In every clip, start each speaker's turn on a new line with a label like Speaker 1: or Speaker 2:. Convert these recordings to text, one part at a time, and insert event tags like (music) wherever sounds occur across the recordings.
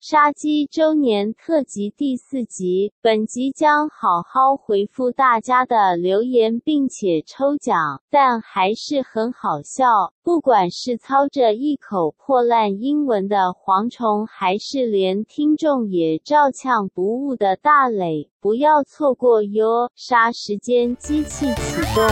Speaker 1: 杀鸡周年特辑第四集，本集将好好回复大家的留言，并且抽奖，但还是很好笑。不管是操着一口破烂英文的蝗虫，还是连听众也照呛不误的大磊，不要错过哟！杀时间机器启动。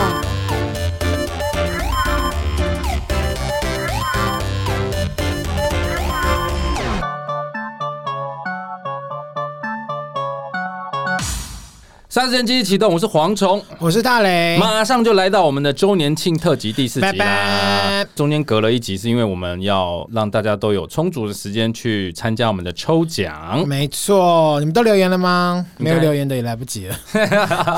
Speaker 2: 杀时间机器启动，我是蝗虫，
Speaker 3: 我是大雷，
Speaker 2: 马上就来到我们的周年庆特辑第四集啦。
Speaker 3: 哎拜拜
Speaker 2: 中间隔了一集，是因为我们要让大家都有充足的时间去参加我们的抽奖。
Speaker 3: 没错，你们都留言了吗？
Speaker 2: 应该
Speaker 3: 没有留言的也来不及
Speaker 2: (laughs)
Speaker 3: 了，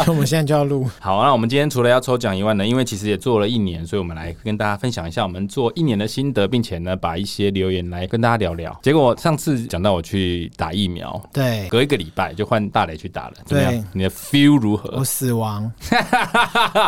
Speaker 3: 所以我们现在就要录。
Speaker 2: 好，那我们今天除了要抽奖以外呢，因为其实也做了一年，所以我们来跟大家分享一下我们做一年的心得，并且呢，把一些留言来跟大家聊聊。结果上次讲到我去打疫苗，
Speaker 3: 对，
Speaker 2: 隔一个礼拜就换大雷去打了，怎么
Speaker 3: 哎对
Speaker 2: 样？你的 feel 如
Speaker 3: 我
Speaker 2: 何？(laughs)
Speaker 3: 死亡。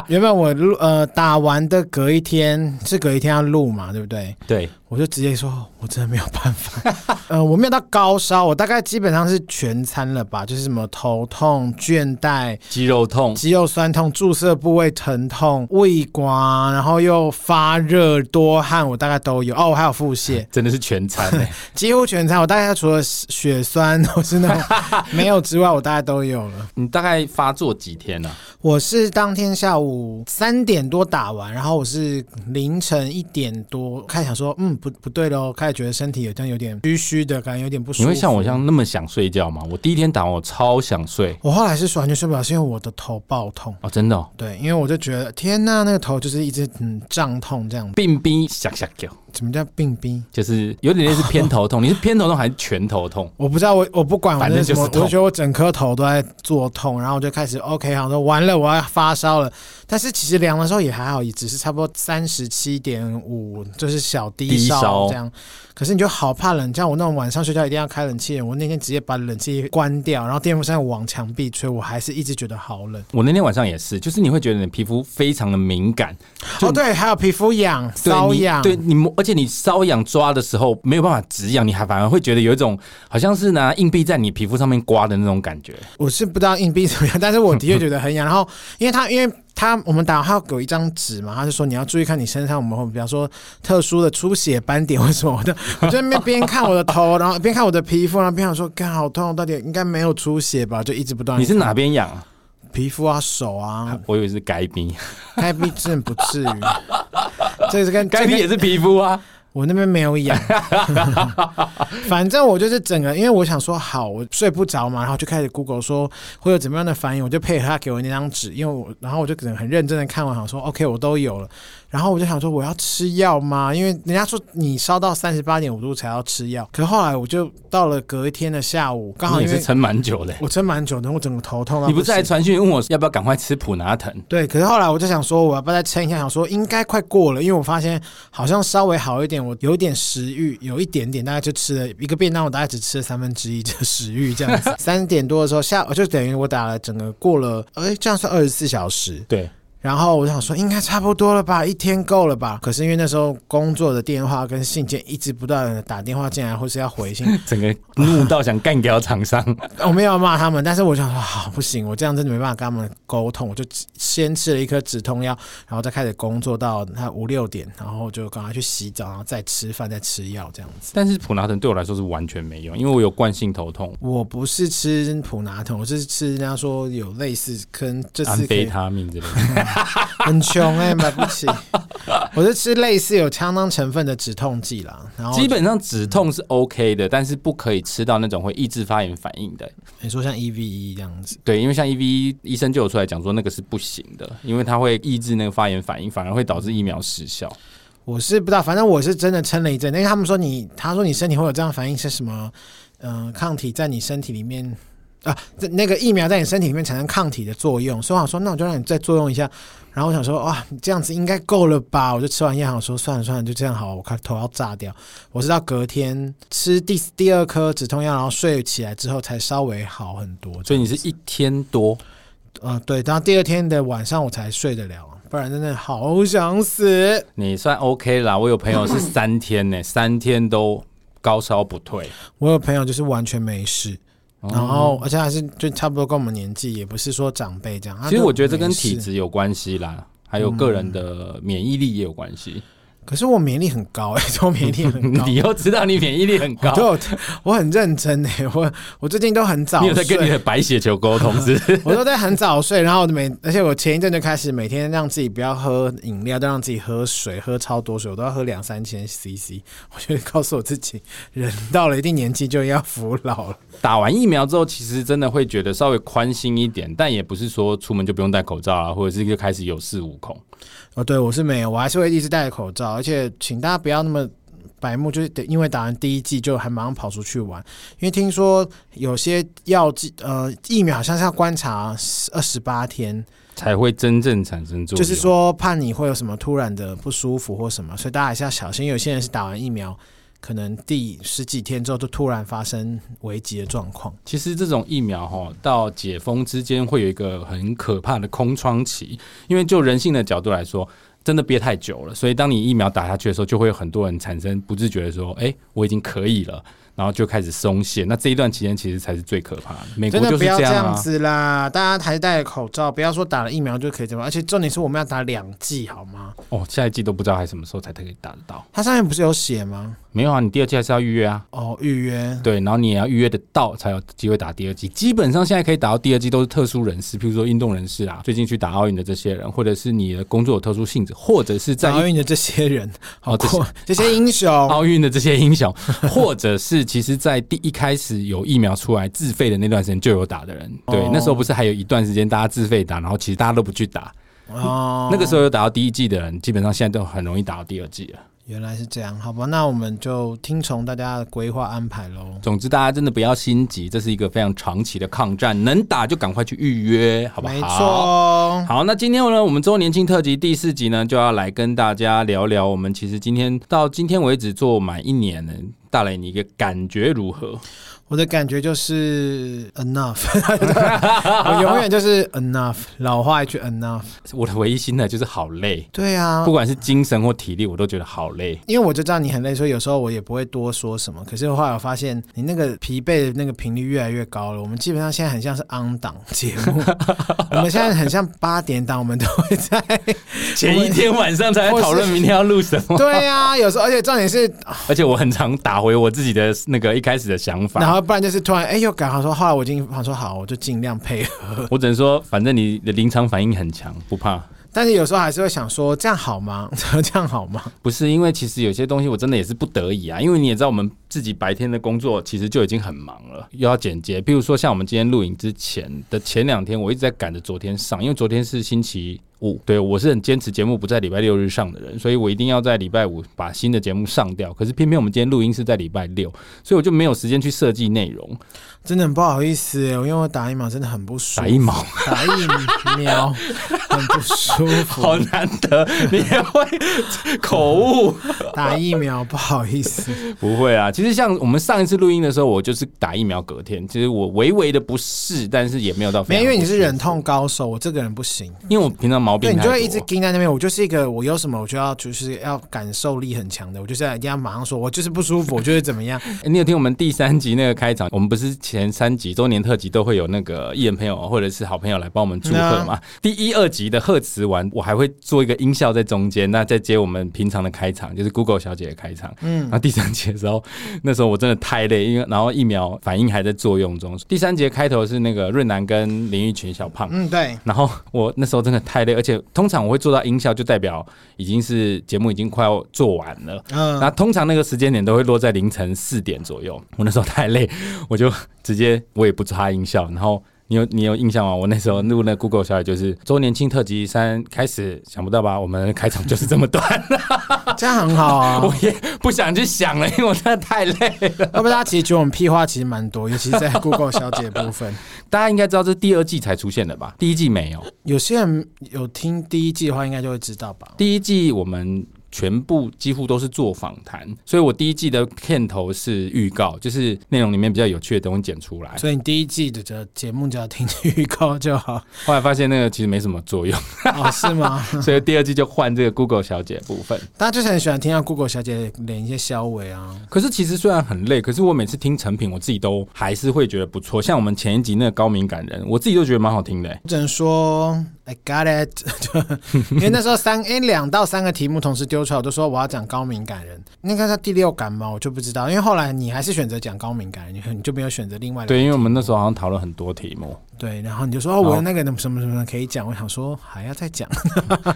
Speaker 3: 原本我录呃打完的隔一天是隔一天要录嘛，对不对？
Speaker 2: 对，
Speaker 3: 我就直接说，我真的没有办法。
Speaker 2: (laughs)
Speaker 3: 呃，我没有到高烧，我大概基本上是全餐了吧，就是什么头痛、倦怠、
Speaker 2: 肌肉痛，
Speaker 3: 肌肉酸痛、注射部位疼痛、胃刮，然后又发热、多汗，我大概都有。哦，我还有腹泻。
Speaker 2: 真的是全残、欸。
Speaker 3: 几乎全餐，我大概除了血栓我是那种没有之外，我大概都有了。
Speaker 2: (laughs) 你大概发作几天呢、啊？
Speaker 3: 我是当天下午三点多打完，然后我是凌晨一点多开始想说，嗯，不不对喽，开始觉得身体有这样有点虚虚的感觉，有点不舒服。
Speaker 2: 你会像我一？样那么想睡觉吗？我第一天打完我超想睡
Speaker 3: 我后来是完全睡不了，是因为我的头爆痛。
Speaker 2: 哦，真的、哦，
Speaker 3: 对，因为我就觉得天呐，那个头就是一直嗯胀痛这样，
Speaker 2: 病逼想想叫，
Speaker 3: 怎么叫病逼？
Speaker 2: 就是有点类似偏头
Speaker 3: (laughs)
Speaker 2: 痛。你是偏头痛还是全头痛？
Speaker 3: 我不知道，我我不管，我
Speaker 2: 反正
Speaker 3: 那什么，
Speaker 2: 就是痛
Speaker 3: 我就觉得我整颗头都在作痛，然后我就开始 OK，好说完了，我要发烧了。但是其实量的时候也还好，也只是差不多三十七点五，就是小低
Speaker 2: 低烧
Speaker 3: 烧这样。可是你就好怕冷，像我那种晚上睡觉一定要开冷气，我那天直接把冷气关掉，然后电风扇往墙壁吹，我还是一直觉得好冷。
Speaker 2: 我那天晚上也是，就是你会觉得你皮肤非常的敏感，就
Speaker 3: 哦，对，还有皮肤痒、
Speaker 2: 对
Speaker 3: 瘙
Speaker 2: 你
Speaker 3: 痒，
Speaker 2: 对你摸，而且你瘙痒抓的时候没有办法止痒，你还反而会觉得有一种好像是拿硬币在你皮肤上面刮的那种感觉。
Speaker 3: 我是不知道硬币怎么样，但是我的确觉得很痒。然后，因为他因为他我们打他有一张纸嘛，他就说你要注意看你身上有没有，比方说特殊的出血斑点或什么的。我就在那 (laughs) 边边看我的头，然后边看我的皮肤，然后边想说，干好痛，到底应该没有出血吧？就一直不断。
Speaker 2: 你是哪边痒啊？
Speaker 3: 皮肤啊，手啊，
Speaker 2: 我以为是该
Speaker 3: (laughs)
Speaker 2: 冰，
Speaker 3: 该闭症不至于。 (laughs) 这是跟
Speaker 2: 该冰
Speaker 3: 这
Speaker 2: 也
Speaker 3: 跟
Speaker 2: 是皮肤啊。
Speaker 3: 我那边没有
Speaker 2: (laughs)
Speaker 3: 痒，反正我就是整个，因为我想说好，我睡不着嘛，然后就开始 Google 说会有怎么样的反应，我就配合他给我那张纸，因为我然后我就可能很认真的看完，想说 OK 我都有了，然后我就想说我要吃药吗？因为人家说你烧到三十八点五度才要吃药，可后来我就到了隔一天的下午，刚好
Speaker 2: 你
Speaker 3: 因
Speaker 2: 也是
Speaker 3: 为
Speaker 2: 撑蛮久的欸、
Speaker 3: 我撑蛮久的，我整个头痛到
Speaker 2: 你不是
Speaker 3: 行
Speaker 2: 还传讯问我要不要赶快吃普拿疼？
Speaker 3: 对，可是后来我就想说，我要不要再撑一下？想说应该快过了，因为我发现好像稍微好一点，我有点食欲，有一点点，大概就吃了一个便当，我大概只吃了三分之一的食欲这样子。三点多的时候下，就等于我打了整个过了，哎，这样算二十四小时。
Speaker 2: 对，
Speaker 3: 然后我就想说，应该差不多了吧，一天够了吧？可是因为那时候工作的电话跟信件一直不断的打电话进来，或是要回信，
Speaker 2: 整个怒到想干掉厂商。
Speaker 3: 我没有骂他们，但是我想说，好、不行，我这样真的没办法跟他们沟通，我就只先吃了一颗止痛药，然后再开始工作到他五六点，然后就赶快去洗澡，然后再吃饭，再吃药这样子。
Speaker 2: (laughs) 但是普拿疼对我来说是完全没用，因为我有惯性头痛，
Speaker 3: 我不是吃普拿疼，我是吃人家说有类似跟这
Speaker 2: 安
Speaker 3: 次可
Speaker 2: 非
Speaker 3: 以
Speaker 2: 他命之类的。
Speaker 3: 很穷哎、买不起。我是吃类似有相当成分的止痛剂啦，然后
Speaker 2: 基本上止痛是 OK 的，但是不可以吃到那种会抑制发炎反应的。
Speaker 3: 你说像 EVE 这样子，
Speaker 2: 对，因为像 EV 医生就有出来讲说那个是不行的，因为它会抑制那个发炎反应，反而会导致疫苗失效。
Speaker 3: 我是不知道，反正我是真的撑了一阵，因为他们说你，他说你身体会有这样反应是什么？嗯、抗体在你身体里面啊，这那个疫苗在你身体里面产生抗体的作用，所以我想说，那我就让你再作用一下。然后我想说，哇，你这样子应该够了吧？我就吃完药，我说算了算了，就这样好了，我看头要炸掉。我是到隔天吃第第二颗止痛药，然后睡起来之后才稍微好很多。
Speaker 2: 所以你是一天多，
Speaker 3: 啊、对，然后第二天的晚上我才睡得了，不然真的好想死。 (laughs)
Speaker 2: 你算 OK 啦。我有朋友是三天呢、三天都高烧不退。
Speaker 3: 我有朋友就是完全没事，
Speaker 2: 哦
Speaker 3: 然后而且还是就差不多跟我们年纪，也不是说长辈这样。他
Speaker 2: 其实
Speaker 3: 就
Speaker 2: 我觉得这跟
Speaker 3: 没事
Speaker 2: 体，质有关系啦，还有个人的免疫力也有关系。
Speaker 3: 可是我免疫力很高 (laughs) 哎、欸，我免疫力很
Speaker 2: (laughs)
Speaker 3: 高。
Speaker 2: 你又知道你免疫力很高
Speaker 3: 我，都有，我很认真哎、我我最近都很早
Speaker 2: 你
Speaker 3: 睡，
Speaker 2: 有在跟你的白血球沟通是不
Speaker 3: (laughs)
Speaker 2: 是？
Speaker 3: 我都在很早睡，然后我每而且我前一阵就开始每天让自己不要喝饮料，都让自己喝水，喝超多水，我都要喝两三千 CC。我觉得告诉我自己，人到了一定年纪就要服老了。
Speaker 2: 打完疫苗之后，其实真的会觉得稍微宽心一点，但也不是说出门就不用戴口罩啊，或者是就开始有恃无恐。
Speaker 3: 哦，对我是没有，我还是会一直戴口罩，而且请大家不要那么。白目就是得，因为打完第一剂就还马上跑出去玩，因为听说有些药剂呃疫苗好像是要观察二十八天，
Speaker 2: 才会真正产生作用。
Speaker 3: 就是，说怕你会有什么突然的不舒服或什么，所以大家还是要小心。有些人是打完疫苗，可能第十几天之后就突然发生危急的状况。
Speaker 2: 其实这种疫苗哈，到解封之间会有一个很可怕的空窗期，因为就人性的角度来说，真的憋太久了，所以当你疫苗打下去的时候，就会有很多人产生不自觉的说：“哎、我已经可以了。”然后就开始松懈。那这一段期间其实才是最可怕的。美国
Speaker 3: 真的
Speaker 2: 就
Speaker 3: 不
Speaker 2: 是
Speaker 3: 要
Speaker 2: 这
Speaker 3: 这
Speaker 2: 样
Speaker 3: 样
Speaker 2: 啊。
Speaker 3: 子啦！大家还是戴着口罩，不要说打了疫苗就可以怎么样。而且重点是我们要打两剂，好吗？
Speaker 2: 哦，下一季都不知道还什么时候才可以打得到。
Speaker 3: 它上面不是有写吗？
Speaker 2: 没有啊，你第二季还是要预约啊。
Speaker 3: 哦，预约。
Speaker 2: 对，然后你也要预约得到才有机会打第二季。基本上现在可以打到第二季都是特殊人士，譬如说运动人士啊，最近去打奥运的这些人，或者是你的工作有特殊性质，或者是在
Speaker 3: 在奥运的这些 (laughs) 人，好
Speaker 2: 哦这些
Speaker 3: 过、这些英雄，
Speaker 2: 奥运的这些英雄， (laughs) 或者是其实，在第一开始有疫苗出来自费的那段时间就有打的人。对
Speaker 3: 哦，
Speaker 2: 那时候不是还有一段时间大家自费打，然后其实大家都不去打。
Speaker 3: 哦，
Speaker 2: 那个时候有打到第一季的人，基本上现在都很容易打到第二季了。
Speaker 3: 原来是这样，好吧？那我们就听从大家的规划安排喽。
Speaker 2: 总之，大家真的不要心急，这是一个非常长期的抗战，能打就赶快去预约，好不好？
Speaker 3: 没错，
Speaker 2: 好，那今天呢，我们周年庆特辑第四集呢，就要来跟大家聊聊，我们其实今天到今天为止做满一年了，大雷，你一个感觉如何？
Speaker 3: 我的感觉就是 (laughs) enough，我永远就是 enough，老话一句 enough。
Speaker 2: 我的唯一心得就是好累，
Speaker 3: 对啊
Speaker 2: 不，管是精神或体力，我都觉得好累。
Speaker 3: 因为我就知道你很累，所以有时候我也不会多说什么。可是后来我发现，你那个疲惫的那个频率越来越高了。我们基本上现在很像是 on
Speaker 2: (laughs)
Speaker 3: 档节目，我们现在很像八点档，我们都会在。
Speaker 2: 前一天晚上才
Speaker 3: 我
Speaker 2: 讨论明天要录什么，
Speaker 3: (laughs)
Speaker 2: (laughs)
Speaker 3: 对啊，有时候而且重点是，
Speaker 2: 而且我很常打回我自己的那个一开始的想
Speaker 3: 然
Speaker 2: 法。
Speaker 3: 后不然就是突然哎又改好说，后来我已经想说好，我就尽量配合。
Speaker 2: 我只能说，反正你的临场反应很强，不怕。
Speaker 3: 但是有时候还是会想说，这样好吗？ (laughs) 这样好吗？
Speaker 2: 不是因为其实有些东西我真的也是不得已啊，因为你也知道我们自己白天的工作其实就已经很忙了，又要剪接。比如说像我们今天录影之前的前两天，我一直在赶着昨天上，因为昨天是星期。五，对我是很坚持节目不在礼拜六日上的人，所以我一定要在礼拜五把新的节目上掉。可是偏偏我们今天录音是在礼拜六，所以我就没有时间去设计内容。
Speaker 3: 真的很不好意思耶，因为我打疫苗真的很不舒服。
Speaker 2: 打疫苗
Speaker 3: 打疫苗很不舒
Speaker 2: (laughs) 好
Speaker 3: 服，
Speaker 2: 难得，你也会 (laughs) 口误。
Speaker 3: 打疫苗不好
Speaker 2: (laughs)
Speaker 3: 意思。
Speaker 2: 不会啊，其实像我们上一次录音的时候，我就是打疫苗隔天，其实我微微的不适，但是也没有到非
Speaker 3: 没
Speaker 2: 常
Speaker 3: 有，因为你
Speaker 2: 不
Speaker 3: 是
Speaker 2: 适
Speaker 3: 忍痛高手，我这个人不行。
Speaker 2: 因为我平常毛病
Speaker 3: 对，
Speaker 2: 太多，
Speaker 3: 你就会一直盯在那边。我就是一个，我有什么我就要，就是要感受力很强的。我就是要一定要马上说，我就是不舒服，我就是怎
Speaker 2: (laughs)
Speaker 3: 么样。
Speaker 2: 诶你有听我们第三集那个开场？我们不是前三集周年特辑都会有那个艺人朋友或者是好朋友来帮我们祝贺嘛？
Speaker 3: 啊
Speaker 2: 第一、二集的贺词完，我还会做一个音效在中间，那再接我们平常的开场，就是 Google 小姐的开场。嗯，然后第三节的时候，那时候我真的太累，因为然后疫苗反应还在作用中。第三节开头是那个润南跟林育群小胖。
Speaker 3: 嗯，对，
Speaker 2: 然后我那时候真的太累，而且通常我会做到音效，就代表已经是节目已经快要做完了。
Speaker 3: 嗯，
Speaker 2: 那通常那个时间点都会落在凌晨四点左右。我那时候太累，我就直接我也不插音效。然后你有你有印象吗？我那时候录那 Google 小姐就是周年庆特辑三开始，想不到吧？我们开场就是这么短，
Speaker 3: 这样很好啊。
Speaker 2: (laughs) 我也不想去想了，因为我真的太累了。
Speaker 3: 要不然大家其实觉得我们屁话其实蛮多，尤其是在 Google 小姐部分。
Speaker 2: 大家应该知道这是第二季才出现的吧？第一季没有。
Speaker 3: 有些人有听第一季的话，应该就会知道吧。
Speaker 2: 第一季我们全部几乎都是做访谈，所以我第一季的片头是预告，就是内容里面比较有趣的东西剪出来。
Speaker 3: 所以你第一季的这节目只要听预告就好，
Speaker 2: 后来发现那个其实没什么作用， (laughs)
Speaker 3: 哦，是吗？ (laughs)
Speaker 2: 所以第二季就换这个 Google 小姐的部分。
Speaker 3: 大家就是很喜欢听到 Google 小姐连一些消尾啊，
Speaker 2: 可是其实虽然很累，可是我每次听成品，我自己都还是会觉得不错。像我们前一集那个高敏感人，我自己都觉得蛮好听的、欸。
Speaker 3: 我只能说 I got it，就 (laughs) 因为那时候三诶两、到三个题目同时丢出来，我就说我要讲高敏感人，那个是第六感嘛，我就不知道，因为后来你还是选择讲高敏感人，你你就没有选择另外两个
Speaker 2: 对，因为我们那时候好像讨论很多题目，
Speaker 3: 对，然后你就说哦，我有那个什么什么什么可以讲，我想说还要
Speaker 2: (laughs)
Speaker 3: 再讲，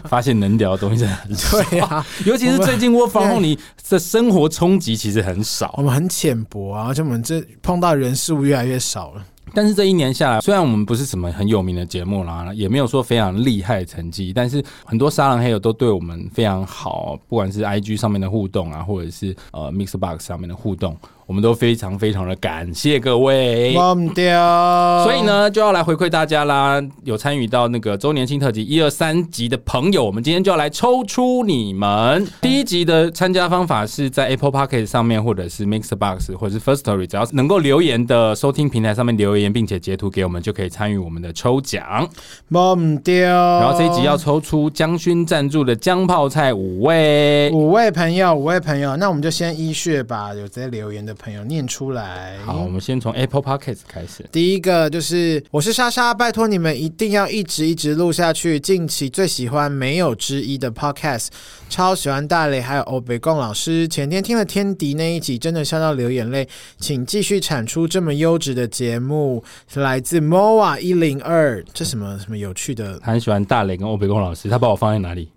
Speaker 2: 发现能聊的东西真的很少。(laughs)
Speaker 3: 对啊，
Speaker 2: 尤其是最近我防控 (laughs) 你的生活冲击其实很少
Speaker 3: 我，们很浅薄啊，而且我们这碰到人事物越来越少了。
Speaker 2: 但是这一年下来，虽然我们不是什么很有名的节目啦，也没有说非常厉害的成绩，但是很多沙狼黑友都对我们非常好，不管是 IG 上面的互动啊，或者是呃 Mixbox 上面的互动，我们都非常非常的感谢各位。
Speaker 3: 忘掉。
Speaker 2: 所以，呢，就要来回馈大家啦！有参与到那个周年庆特辑一二三集的朋友，我们今天就要来抽出你们。第一集的参加方法是在 Apple p o c k e t 上面，或者是 Mixer Box，或者是 First Story，只要能够留言的收听平台上面留言，并且截图给我们，就可以参与我们的抽奖。
Speaker 3: 忘掉。然
Speaker 2: 然后这一集要抽出江勋赞助的姜泡菜五位。
Speaker 3: 五位朋友，五位朋友，那我们就先依序把有在留言的朋友念出来。
Speaker 2: 好，我们先从 Apple p o c k e t 开始。
Speaker 3: 第一个就是我是莎莎，拜托你们一定要一直一直录下去。近期最喜欢没有之一的 podcast，超喜欢大雷还有欧北贡老师。前天听了天敌那一集，真的笑到流眼泪，请继续产出这么优质的节目。是来自 MOA 一零二，这什么什么有趣的？
Speaker 2: 他很喜欢大磊跟欧北贡老师，他把我放在哪里？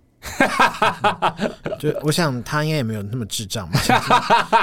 Speaker 3: 就我想他应该也没有那么智障吧。想说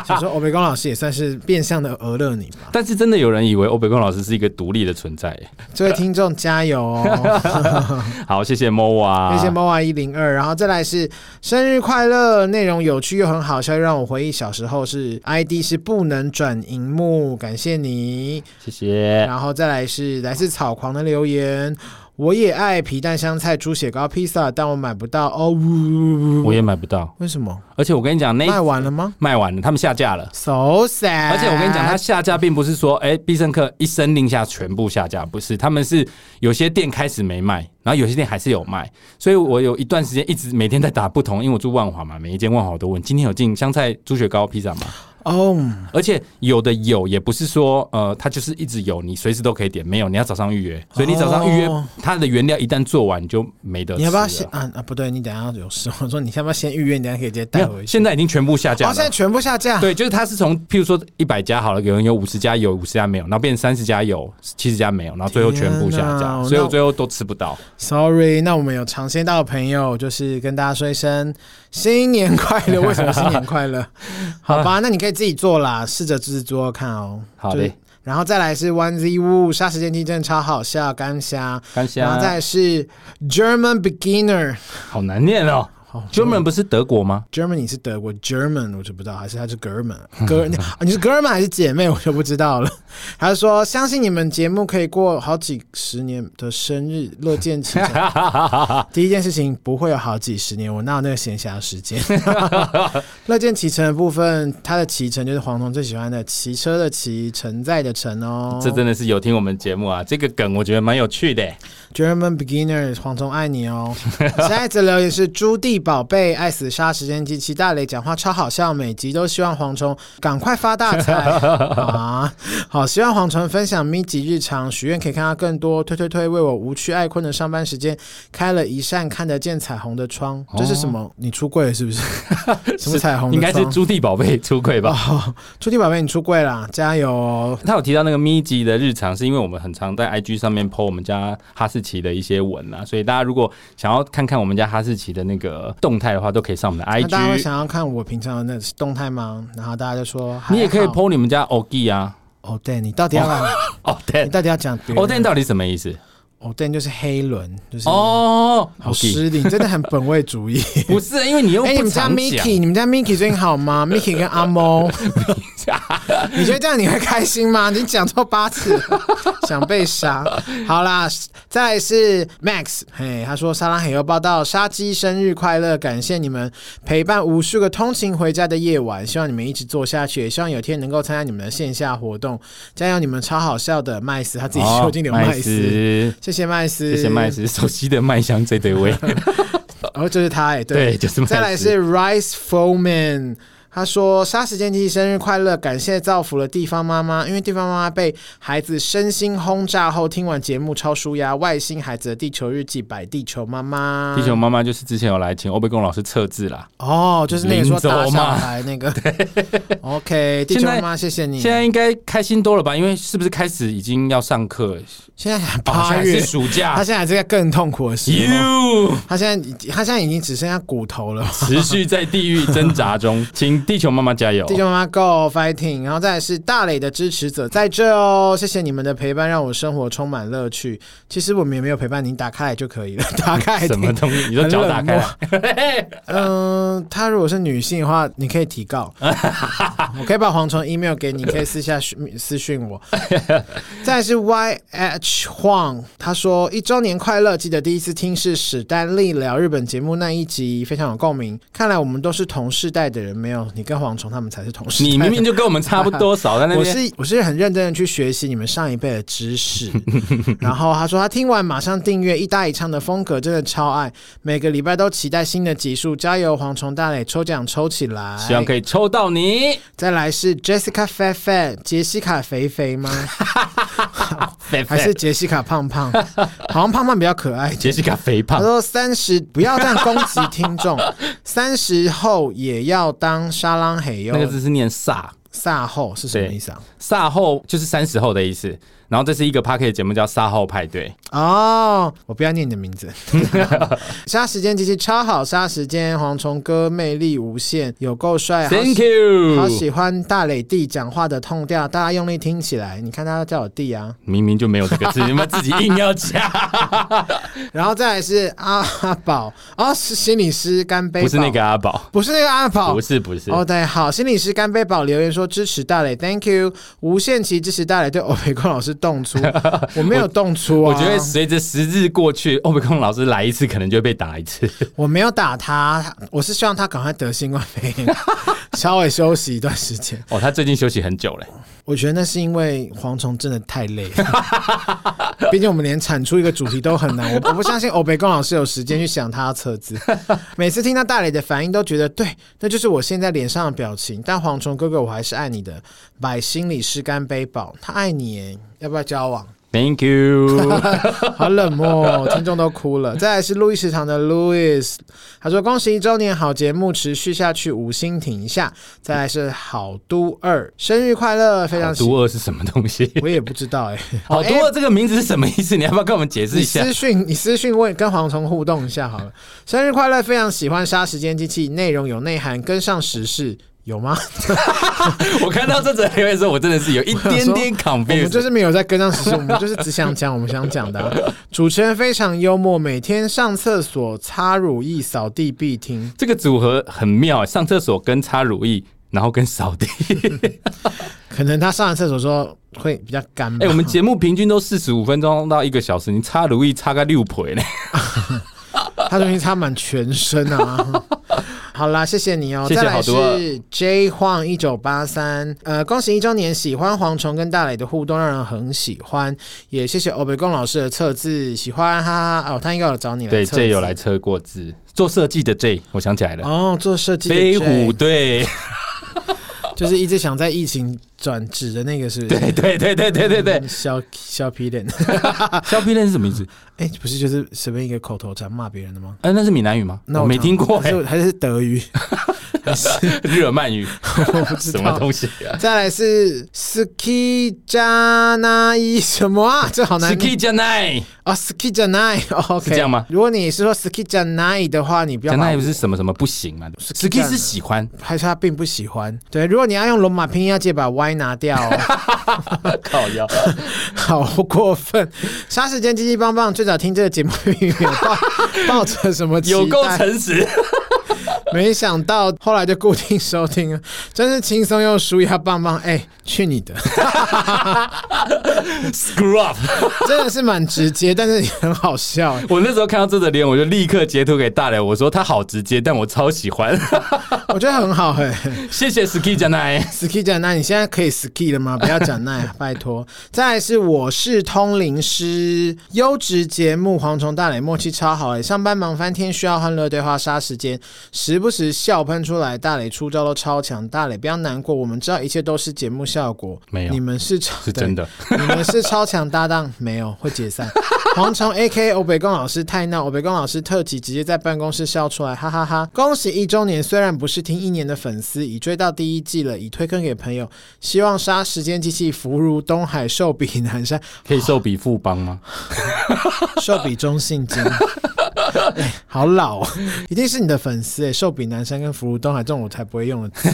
Speaker 3: 想说欧北贡老师也算是变相的讹乐你吧。
Speaker 2: 但是真的有人以为欧北贡老师是一个独立的存在耶。
Speaker 3: 这位听众加油哦！
Speaker 2: 好，谢谢 MOA，
Speaker 3: 谢谢 MOA 啊一零二，然后再来是生日快乐，内容有趣又很好笑，又让我回忆小时候是 ID 是不能转荧幕，感谢你。
Speaker 2: 谢谢。
Speaker 3: 然后再来是来自草狂的留言，我也爱皮蛋香菜猪血糕披萨，但我买不到哦，呜
Speaker 2: 我也买不到，
Speaker 3: 为什么
Speaker 2: 而且我跟你讲，那
Speaker 3: 卖完哎了吗
Speaker 2: 卖完了，他们下架了。
Speaker 3: ？So sad。
Speaker 2: 而且我跟你讲，他下架并不是说，哎、必胜客一声令下全部下架，不是，他们是有些店开始没卖，然后有些店还是有卖，所以我有一段时间一直每天在打不同，因为我住万华嘛，每一间万华我都问，今天有进香菜猪血糕披萨吗？
Speaker 3: 哦，
Speaker 2: 而且有的有，也不是说呃，它就是一直有，你随时都可以点，没有，你要早上预约，所以你早上预约
Speaker 3: 哦，
Speaker 2: 它的原料一旦做完你就没得吃了。
Speaker 3: 你要不要先啊啊？不对，你等一下有事。我说你要不要先预约？你等一下可以直接
Speaker 2: 没
Speaker 3: 带
Speaker 2: 有？
Speaker 3: 回去。
Speaker 2: 现在已经全部下架
Speaker 3: 哦，
Speaker 2: 了。
Speaker 3: 现在全部下架。
Speaker 2: 对，就是它是从，譬如说一百家好了，有人有五十家有，五十家没有，然后变三十家有，七十家没有，然后最后全部下
Speaker 3: 天
Speaker 2: 架，
Speaker 3: 哪
Speaker 2: 所以
Speaker 3: 那
Speaker 2: 我最后都吃不到。
Speaker 3: Sorry，那我们有尝鲜到的朋友，就是跟大家说一声新年快乐。为什么新年快乐？好吧，那你可以自己做啦，试着自己做做看哦。
Speaker 2: 好
Speaker 3: 就是
Speaker 2: 嘞，
Speaker 3: 然后再来是 One Z Wu 杀时间机真的超好笑，干虾。
Speaker 2: 感谢
Speaker 3: 然
Speaker 2: 啊
Speaker 3: 后，再来是 German Beginner，
Speaker 2: 好难念哦。German 不是德国吗？
Speaker 3: Germany 是德国，German 我就不知道，还是他是哥们哥，你啊你是哥们还是姐妹， (laughs) 我就不知道了。还是说相信你们节目可以过好几十年的生日，乐见其成。第一件事情不会有好几十年，我哪有那个闲暇时间？ (laughs) 乐见其成的部分，它的骑乘就是黄铜最喜欢的骑车的骑，承载的承哦。
Speaker 2: 这真的是有听我们节目啊，这个梗我觉得蛮有趣的。
Speaker 3: German Beginner 黄虫爱你哦。 (laughs) 下一则留言是朱棣宝贝爱死杀时间机器大雷讲话超好笑，每集都希望蝗虫赶快发大
Speaker 2: (laughs)
Speaker 3: 财啊！好，希望蝗虫分享咪吉日常，许愿可以看到更多。推推推，为我无趣爱困的上班时间开了一扇看得见彩虹的窗。这是什么？你出柜了是不
Speaker 2: (laughs)
Speaker 3: 是？什么彩虹的
Speaker 2: 应该哦是
Speaker 3: 窗
Speaker 2: 朱棣宝贝出柜吧？
Speaker 3: 哦，朱棣宝贝，你出柜啦，加油哦！
Speaker 2: 他有提到那个咪吉的日常，是因为我们很常在 IG 上面 po 我们家哈士奇的一些文啊，所以大家如果想要看看我们家哈士奇的那个动态的话，都可以上我们的
Speaker 3: 那大家会
Speaker 2: IG。
Speaker 3: 想要看我平常的那动态吗？然后大家就说，
Speaker 2: 你也可以
Speaker 3: 还好
Speaker 2: po 你们家 OG 啊，
Speaker 3: 哦，对你到底要、
Speaker 2: 哦
Speaker 3: 你
Speaker 2: 对，
Speaker 3: 到底要讲别人
Speaker 2: 哦，但到底什么意思？
Speaker 3: 哦，对，就是黑轮，就是
Speaker 2: 哦，
Speaker 3: 好失礼，真的很本位主 (laughs) 义。
Speaker 2: 不是，因为你又
Speaker 3: 哎、你
Speaker 2: 不
Speaker 3: 们家
Speaker 2: 常讲。
Speaker 3: Miki，你们家 Miki 最近好 (laughs) 吗？Miki 跟阿 (laughs) 猫，你觉得这样你会开心 (laughs) 吗？你讲错八 (laughs) 次，想被杀。好啦，再来是 Max，嘿，他说沙拉很有报道，杀鸡生日快乐，感谢你们陪伴无数个通勤回家的夜晚，希望你们一直做下去，也希望有天能够参加你们的线下活动，加油！你们超好笑的麦斯，他自己说经理有
Speaker 2: 哦麦
Speaker 3: 哦麦斯，谢谢麦斯，
Speaker 2: 谢谢麦。斯，熟悉的麦香这对
Speaker 3: (laughs)
Speaker 2: 味，
Speaker 3: 哦，就是他哎、对，
Speaker 2: 对就是麦斯
Speaker 3: 再来是 Rice Foreman。他说：“杀时间机器生日快乐！感谢造福了地方妈妈，因为地方妈妈被孩子身心轰炸后，听完节目超舒压。外星孩子的地球日记，摆地球妈妈。
Speaker 2: 地球妈妈就是之前有来请欧贝贡老师测字啦。
Speaker 3: 哦，就是那个说
Speaker 2: 林州
Speaker 3: 打小
Speaker 2: 嘛
Speaker 3: 孩那个。OK，地球妈妈，谢谢你。
Speaker 2: 现在应该开心多了吧？因为是不是开始已经要上课？
Speaker 3: 现在
Speaker 2: 好
Speaker 3: 八
Speaker 2: 像
Speaker 3: 月
Speaker 2: 是，暑
Speaker 3: 他
Speaker 2: 假。
Speaker 3: 现在这个更痛苦的时候，
Speaker 2: 啊 You
Speaker 3: 他现在他现在已经只剩下骨头了。”
Speaker 2: 持续在地狱挣扎
Speaker 3: (laughs)
Speaker 2: 中，请地球妈妈加油。
Speaker 3: 地球妈妈 Go Fighting，然后再来是大磊的支持者在这哦，谢谢你们的陪伴，让我生活充满乐趣。其实我们也没有陪伴，你打开来就可以了， (laughs) 打开来
Speaker 2: 什么
Speaker 3: 听。
Speaker 2: 东西？你说脚打开了，
Speaker 3: 嗯、她如果是女性的话，你可以提
Speaker 2: (laughs)
Speaker 3: 告，我可以把蝗虫 email 给你，你可以私下讯私讯
Speaker 2: (laughs)
Speaker 3: 我。再来是 YH Huang，他说一周年快乐，记得第一次听是史丹利聊日本节目那一集，非常有共鸣。看来我们都是同世代的人，没有你跟蝗虫他们才是同世代的
Speaker 2: 你明明就跟我们差不多少在那
Speaker 3: 我
Speaker 2: 边。
Speaker 3: 是我是很认真的去学习你们上一辈的
Speaker 2: (laughs)
Speaker 3: 知识，然后他说他听完马上订阅一搭一唱的风格，真的超爱，每个礼拜都期待新的集数，加油蝗虫大磊抽奖抽起来，
Speaker 2: 希望可以抽到你，
Speaker 3: 再来是 Jessica Fat Fat 杰西卡肥
Speaker 2: (laughs)
Speaker 3: 肥吗？
Speaker 2: 肥
Speaker 3: 还
Speaker 2: 肥
Speaker 3: 是杰西卡
Speaker 2: (laughs)
Speaker 3: 胖胖？好像胖胖比较可爱。
Speaker 2: 杰西卡肥
Speaker 3: 他
Speaker 2: 胖，
Speaker 3: 说：“三十不要这样攻击听众，三十后也要当沙朗黑哟
Speaker 2: (laughs) 那。个字是念煞，
Speaker 3: 萨后是什么意思啊？
Speaker 2: 煞后就是三十后的意思。然后这是一个 p a r k e t 节目叫《煞后派对》，
Speaker 3: 哦，我不要念你的名字。 (laughs) 杀时间机器超好，杀时间蝗虫哥魅力无限，有够帅，哎好
Speaker 2: Thank
Speaker 3: 喜
Speaker 2: you。
Speaker 3: 好喜欢大磊弟讲话的痛调，大家用力听起来。你看他叫我弟啊，
Speaker 2: 明明就没有这个字，
Speaker 3: (laughs)
Speaker 2: 你们自己硬要加，
Speaker 3: 然后再来是阿宝，哦，是心理师干杯，
Speaker 2: 不是那，个阿宝，
Speaker 3: 不是那个阿宝，
Speaker 2: 不是不是，
Speaker 3: 哦，对，好，心理师干杯宝留言说支持大磊，Thank you，无限期支持大磊对欧培光老师
Speaker 2: (laughs)
Speaker 3: 动粗，我没有动粗啊，
Speaker 2: 我觉得随着时日过去，哦欧北空老师来一次，可能就会被打一
Speaker 3: (laughs)
Speaker 2: 次。
Speaker 3: 我没有打他，我是希望他赶快得新冠肺炎，稍微休息一段时间。
Speaker 2: 哦，他最近休息很久嘞，
Speaker 3: 我觉得那是因为蝗虫真的太累了，毕竟我们连产出一个主题都很难。我我不相信欧北贡老师有时间去想他的册子。每次听到大磊的反应，都觉得对，那就是我现在脸上的表情。但蝗虫哥哥，我还是爱你的。百心里是干杯宝，他爱你耶，要不要交往？
Speaker 2: Thank
Speaker 3: (laughs)
Speaker 2: you， (laughs)
Speaker 3: 好冷漠、哦，听众都哭了。再来是路易食堂的 Louis，他说恭喜一周年好节目持续下去，五星停一下。再来是好都二生日快乐，非
Speaker 2: 好
Speaker 3: 常喜
Speaker 2: 毒二是什么东西？
Speaker 3: 我也不知道哎、
Speaker 2: (laughs) 好毒二这个名字是什么意思？你要不要跟我们解释
Speaker 3: 你
Speaker 2: 一下
Speaker 3: 私？讯你私讯问跟蝗虫互动一下好了。生日快乐，非常喜欢杀时间机器，内容有内涵，跟上时事。有
Speaker 2: (laughs)
Speaker 3: 吗？
Speaker 2: 我看到这则留言的时候，我真的是有一点点
Speaker 3: (laughs) 我们
Speaker 2: confused。
Speaker 3: 就是没有在跟上时事，我们就是只想讲我们想讲的啊、
Speaker 2: (laughs)
Speaker 3: 主持人非常幽默，每天上厕所、擦乳液、扫地必听。
Speaker 2: 这个组合很妙，上厕所跟擦乳液，然后跟扫
Speaker 3: (laughs)
Speaker 2: 地。
Speaker 3: 可能他上完厕所之后会比较干吧。
Speaker 2: 哎、我们节目平均都四十五分钟到一个小时，你擦乳液擦个六倍
Speaker 3: (laughs)
Speaker 2: 呢。
Speaker 3: 他最近擦满全身啊。
Speaker 2: (laughs)
Speaker 3: 好啦，谢谢你哦。
Speaker 2: 谢谢
Speaker 3: 再来
Speaker 2: 好多啊
Speaker 3: 是 J 晃一九八三，呃，恭喜一周年！喜欢蝗虫跟大磊的互动，让人很喜欢。也谢谢欧北贡老师的测字，喜欢哈哈哦，他应该有找你来
Speaker 2: 对
Speaker 3: 测字
Speaker 2: ，J 有来测过字，做设计的 J，我想起来了，
Speaker 3: 哦，做设计的
Speaker 2: 飞
Speaker 3: J，
Speaker 2: 虎队。
Speaker 3: (laughs) 就是一直想在疫情转职的那个，是不是？
Speaker 2: 对对对对对对啊对，
Speaker 3: 小小皮
Speaker 2: (laughs)
Speaker 3: 脸，
Speaker 2: 削皮链是什么意思？呃
Speaker 3: 哎、不是就是随便一个口头禅骂别人的吗？
Speaker 2: 哎、那是闽南语吗？
Speaker 3: 那
Speaker 2: 我没
Speaker 3: 讲
Speaker 2: 听过、
Speaker 3: 还
Speaker 2: 哎
Speaker 3: 是还是德语， (laughs)
Speaker 2: 日耳曼语，
Speaker 3: 我不知
Speaker 2: 什么
Speaker 3: 道。
Speaker 2: 东西 (laughs) 啊
Speaker 3: 再来是 ski 加那伊什么啊？这好难
Speaker 2: (laughs)
Speaker 3: 念
Speaker 2: ？Ski じゃない，
Speaker 3: 啊！ski 加奈，OK，
Speaker 2: 这样吗
Speaker 3: 如果你是说 ski 加奈的话，你不
Speaker 2: じ
Speaker 3: 要
Speaker 2: ゃ
Speaker 3: 把
Speaker 2: ない
Speaker 3: 我
Speaker 2: 不是什么什么不行嘛？Ski 是喜欢，
Speaker 3: 还是他并不喜欢。对，如果你要用罗马拼音，要记得把 Y 拿掉、
Speaker 2: (laughs)
Speaker 3: 哦，
Speaker 2: 靠腰。
Speaker 3: 好过分！杀时间机器棒棒，最早听这个节目并没有抱抱着什么
Speaker 2: (laughs)
Speaker 3: 期
Speaker 2: 有够
Speaker 3: 待，
Speaker 2: 诚实，
Speaker 3: 没想到后来就固定收听了，真是轻松又舒压棒棒。哎、去你的！
Speaker 2: screw up！
Speaker 3: 真的是蛮直接，但是也很好笑、哎
Speaker 2: (laughs) 我那时候看到这个脸，我就立刻截图给大雷，我说他好直接，但我超喜欢， (laughs)
Speaker 3: 我觉得很好哎、
Speaker 2: 谢谢 Ski じゃない。
Speaker 3: (laughs) ski 讲那，你现在可以 ski 了吗？不要讲
Speaker 2: (laughs)
Speaker 3: 那，拜托。再来是我是通灵师，优质节目，蝗虫大磊默契超好哎、上班忙翻天，需要欢乐对话杀时间，时不时笑喷出来，大磊出招都超强，大磊不要难过，我们知道一切都是节目效果，
Speaker 2: 没有
Speaker 3: 你们是超
Speaker 2: 是真的，
Speaker 3: 对你们是超强搭档，没有会解散。蝗虫 A K 欧北贡老师太闹，欧北贡老师特辑直接在办公室笑出来，哈哈哈恭喜一周年，虽然不是听一年的粉丝，已追到第一季了，已推坑给朋友。希望杀时间机器福如东海，寿比南山，
Speaker 2: (laughs) 可以寿比富邦
Speaker 3: (laughs)
Speaker 2: 吗？
Speaker 3: 寿比中信金。哎好老、哦，一定是你的粉丝哎！寿比南山跟福如东海这种我才不会用的词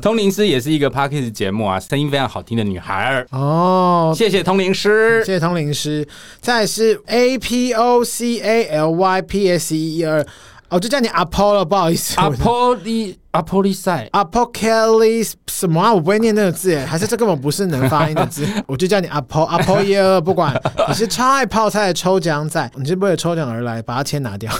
Speaker 2: 通灵师也是一个 p a r k a s 节目啊，声音非常好听的女孩儿，
Speaker 3: 哦。
Speaker 2: 谢谢通灵
Speaker 3: (laughs)
Speaker 2: 师
Speaker 3: 谢。谢通灵师，再来是 A P O C A L Y P S 一一二，哦，就叫你 Apollo，不好意思
Speaker 2: 阿波利阿波利赛
Speaker 3: Apocalypse 什么啊？我不会念那个字耶，还是这根本不是能发音的
Speaker 2: (laughs)
Speaker 3: 字，我就叫你 Apo Apo 一二，不管你是超爱泡菜的抽奖仔，你是为了抽奖而来，把它签拿掉，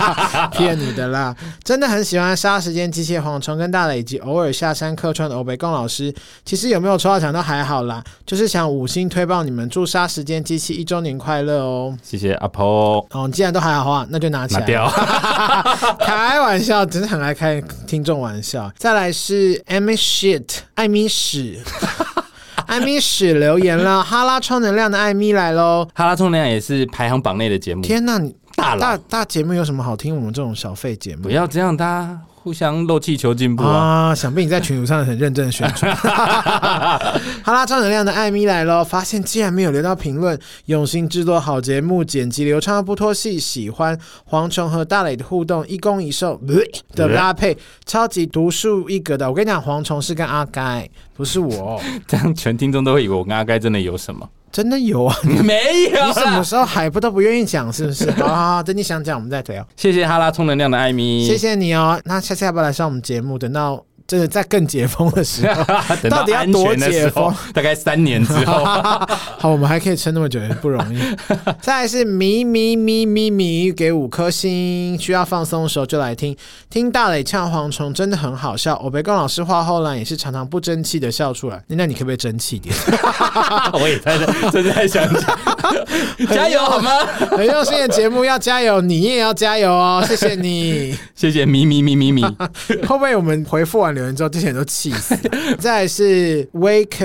Speaker 3: (laughs) 骗你的啦！真的很喜欢杀时间机械蝗虫跟大磊以及偶尔下山客串的欧北贡老师，其实有没有抽到奖都还好啦，就是想五星推爆你们，祝杀时间机器一周年快乐哦！
Speaker 2: 谢谢阿波，
Speaker 3: 哦，既然都还好的话，那就拿起
Speaker 2: 拿
Speaker 3: 来。
Speaker 2: 掉。
Speaker 3: (laughs) 开玩笑，真的很爱开听众玩笑。再来是 Amy Shit，艾米屎，
Speaker 2: (laughs)
Speaker 3: 艾米屎留言了，哈拉超能量的艾米来喽！
Speaker 2: (laughs) 哈拉充能量也是排行榜内的节目，
Speaker 3: 天呐，你
Speaker 2: 大佬
Speaker 3: 大大节目有什么好听？我们这种小费节目
Speaker 2: 不要这样，大家互相漏气求进步啊！
Speaker 3: 啊！想必你在群组上很认真的宣传。哈拉超能量的艾米来喽，发现竟然没有留到评论，用心制作好节目，剪辑流畅又不拖戏，喜欢蝗虫和大磊的互动，一攻一受 (laughs) 呃的搭配，超级独树一格的。我跟你讲，蝗虫是跟阿该，不是我，
Speaker 2: (laughs) 这样全听众都会以为我跟阿该真的有什
Speaker 3: (laughs)
Speaker 2: 么，
Speaker 3: 真的有啊！
Speaker 2: 没有
Speaker 3: 你什么
Speaker 2: 啦。
Speaker 3: 时候还不都不愿意讲，是不是？好好好，等你想讲我们再聊。
Speaker 2: 谢谢哈拉充能量的艾米，
Speaker 3: 谢谢你哦，那下次要不要来上我们节目？等到真的在更解封的时候。 (laughs)
Speaker 2: 等
Speaker 3: 到底要
Speaker 2: 安全
Speaker 3: 多
Speaker 2: 的
Speaker 3: 解
Speaker 2: 时候， (laughs) 大概三年之后，
Speaker 3: (laughs)
Speaker 2: (laughs)
Speaker 3: 好，我们还可以撑那么久，也不容易。 (laughs) 再来是咪咪咪咪咪，给五颗星。需要放松的时候就来听，听大磊唱蝗虫真的很好笑。我被贡老师画后呢，也是常常不争气的笑出来。那你可不可以争气一点？
Speaker 2: 我也在正在想
Speaker 3: (laughs)
Speaker 2: 讲，加油好吗？
Speaker 3: 很用心的节目要加油，你也要加油哦，谢谢你。
Speaker 2: 谢谢咪咪咪咪咪，
Speaker 3: (laughs) 会不会我们回复完留言之后，这些人都气死了？ (laughs) 再来是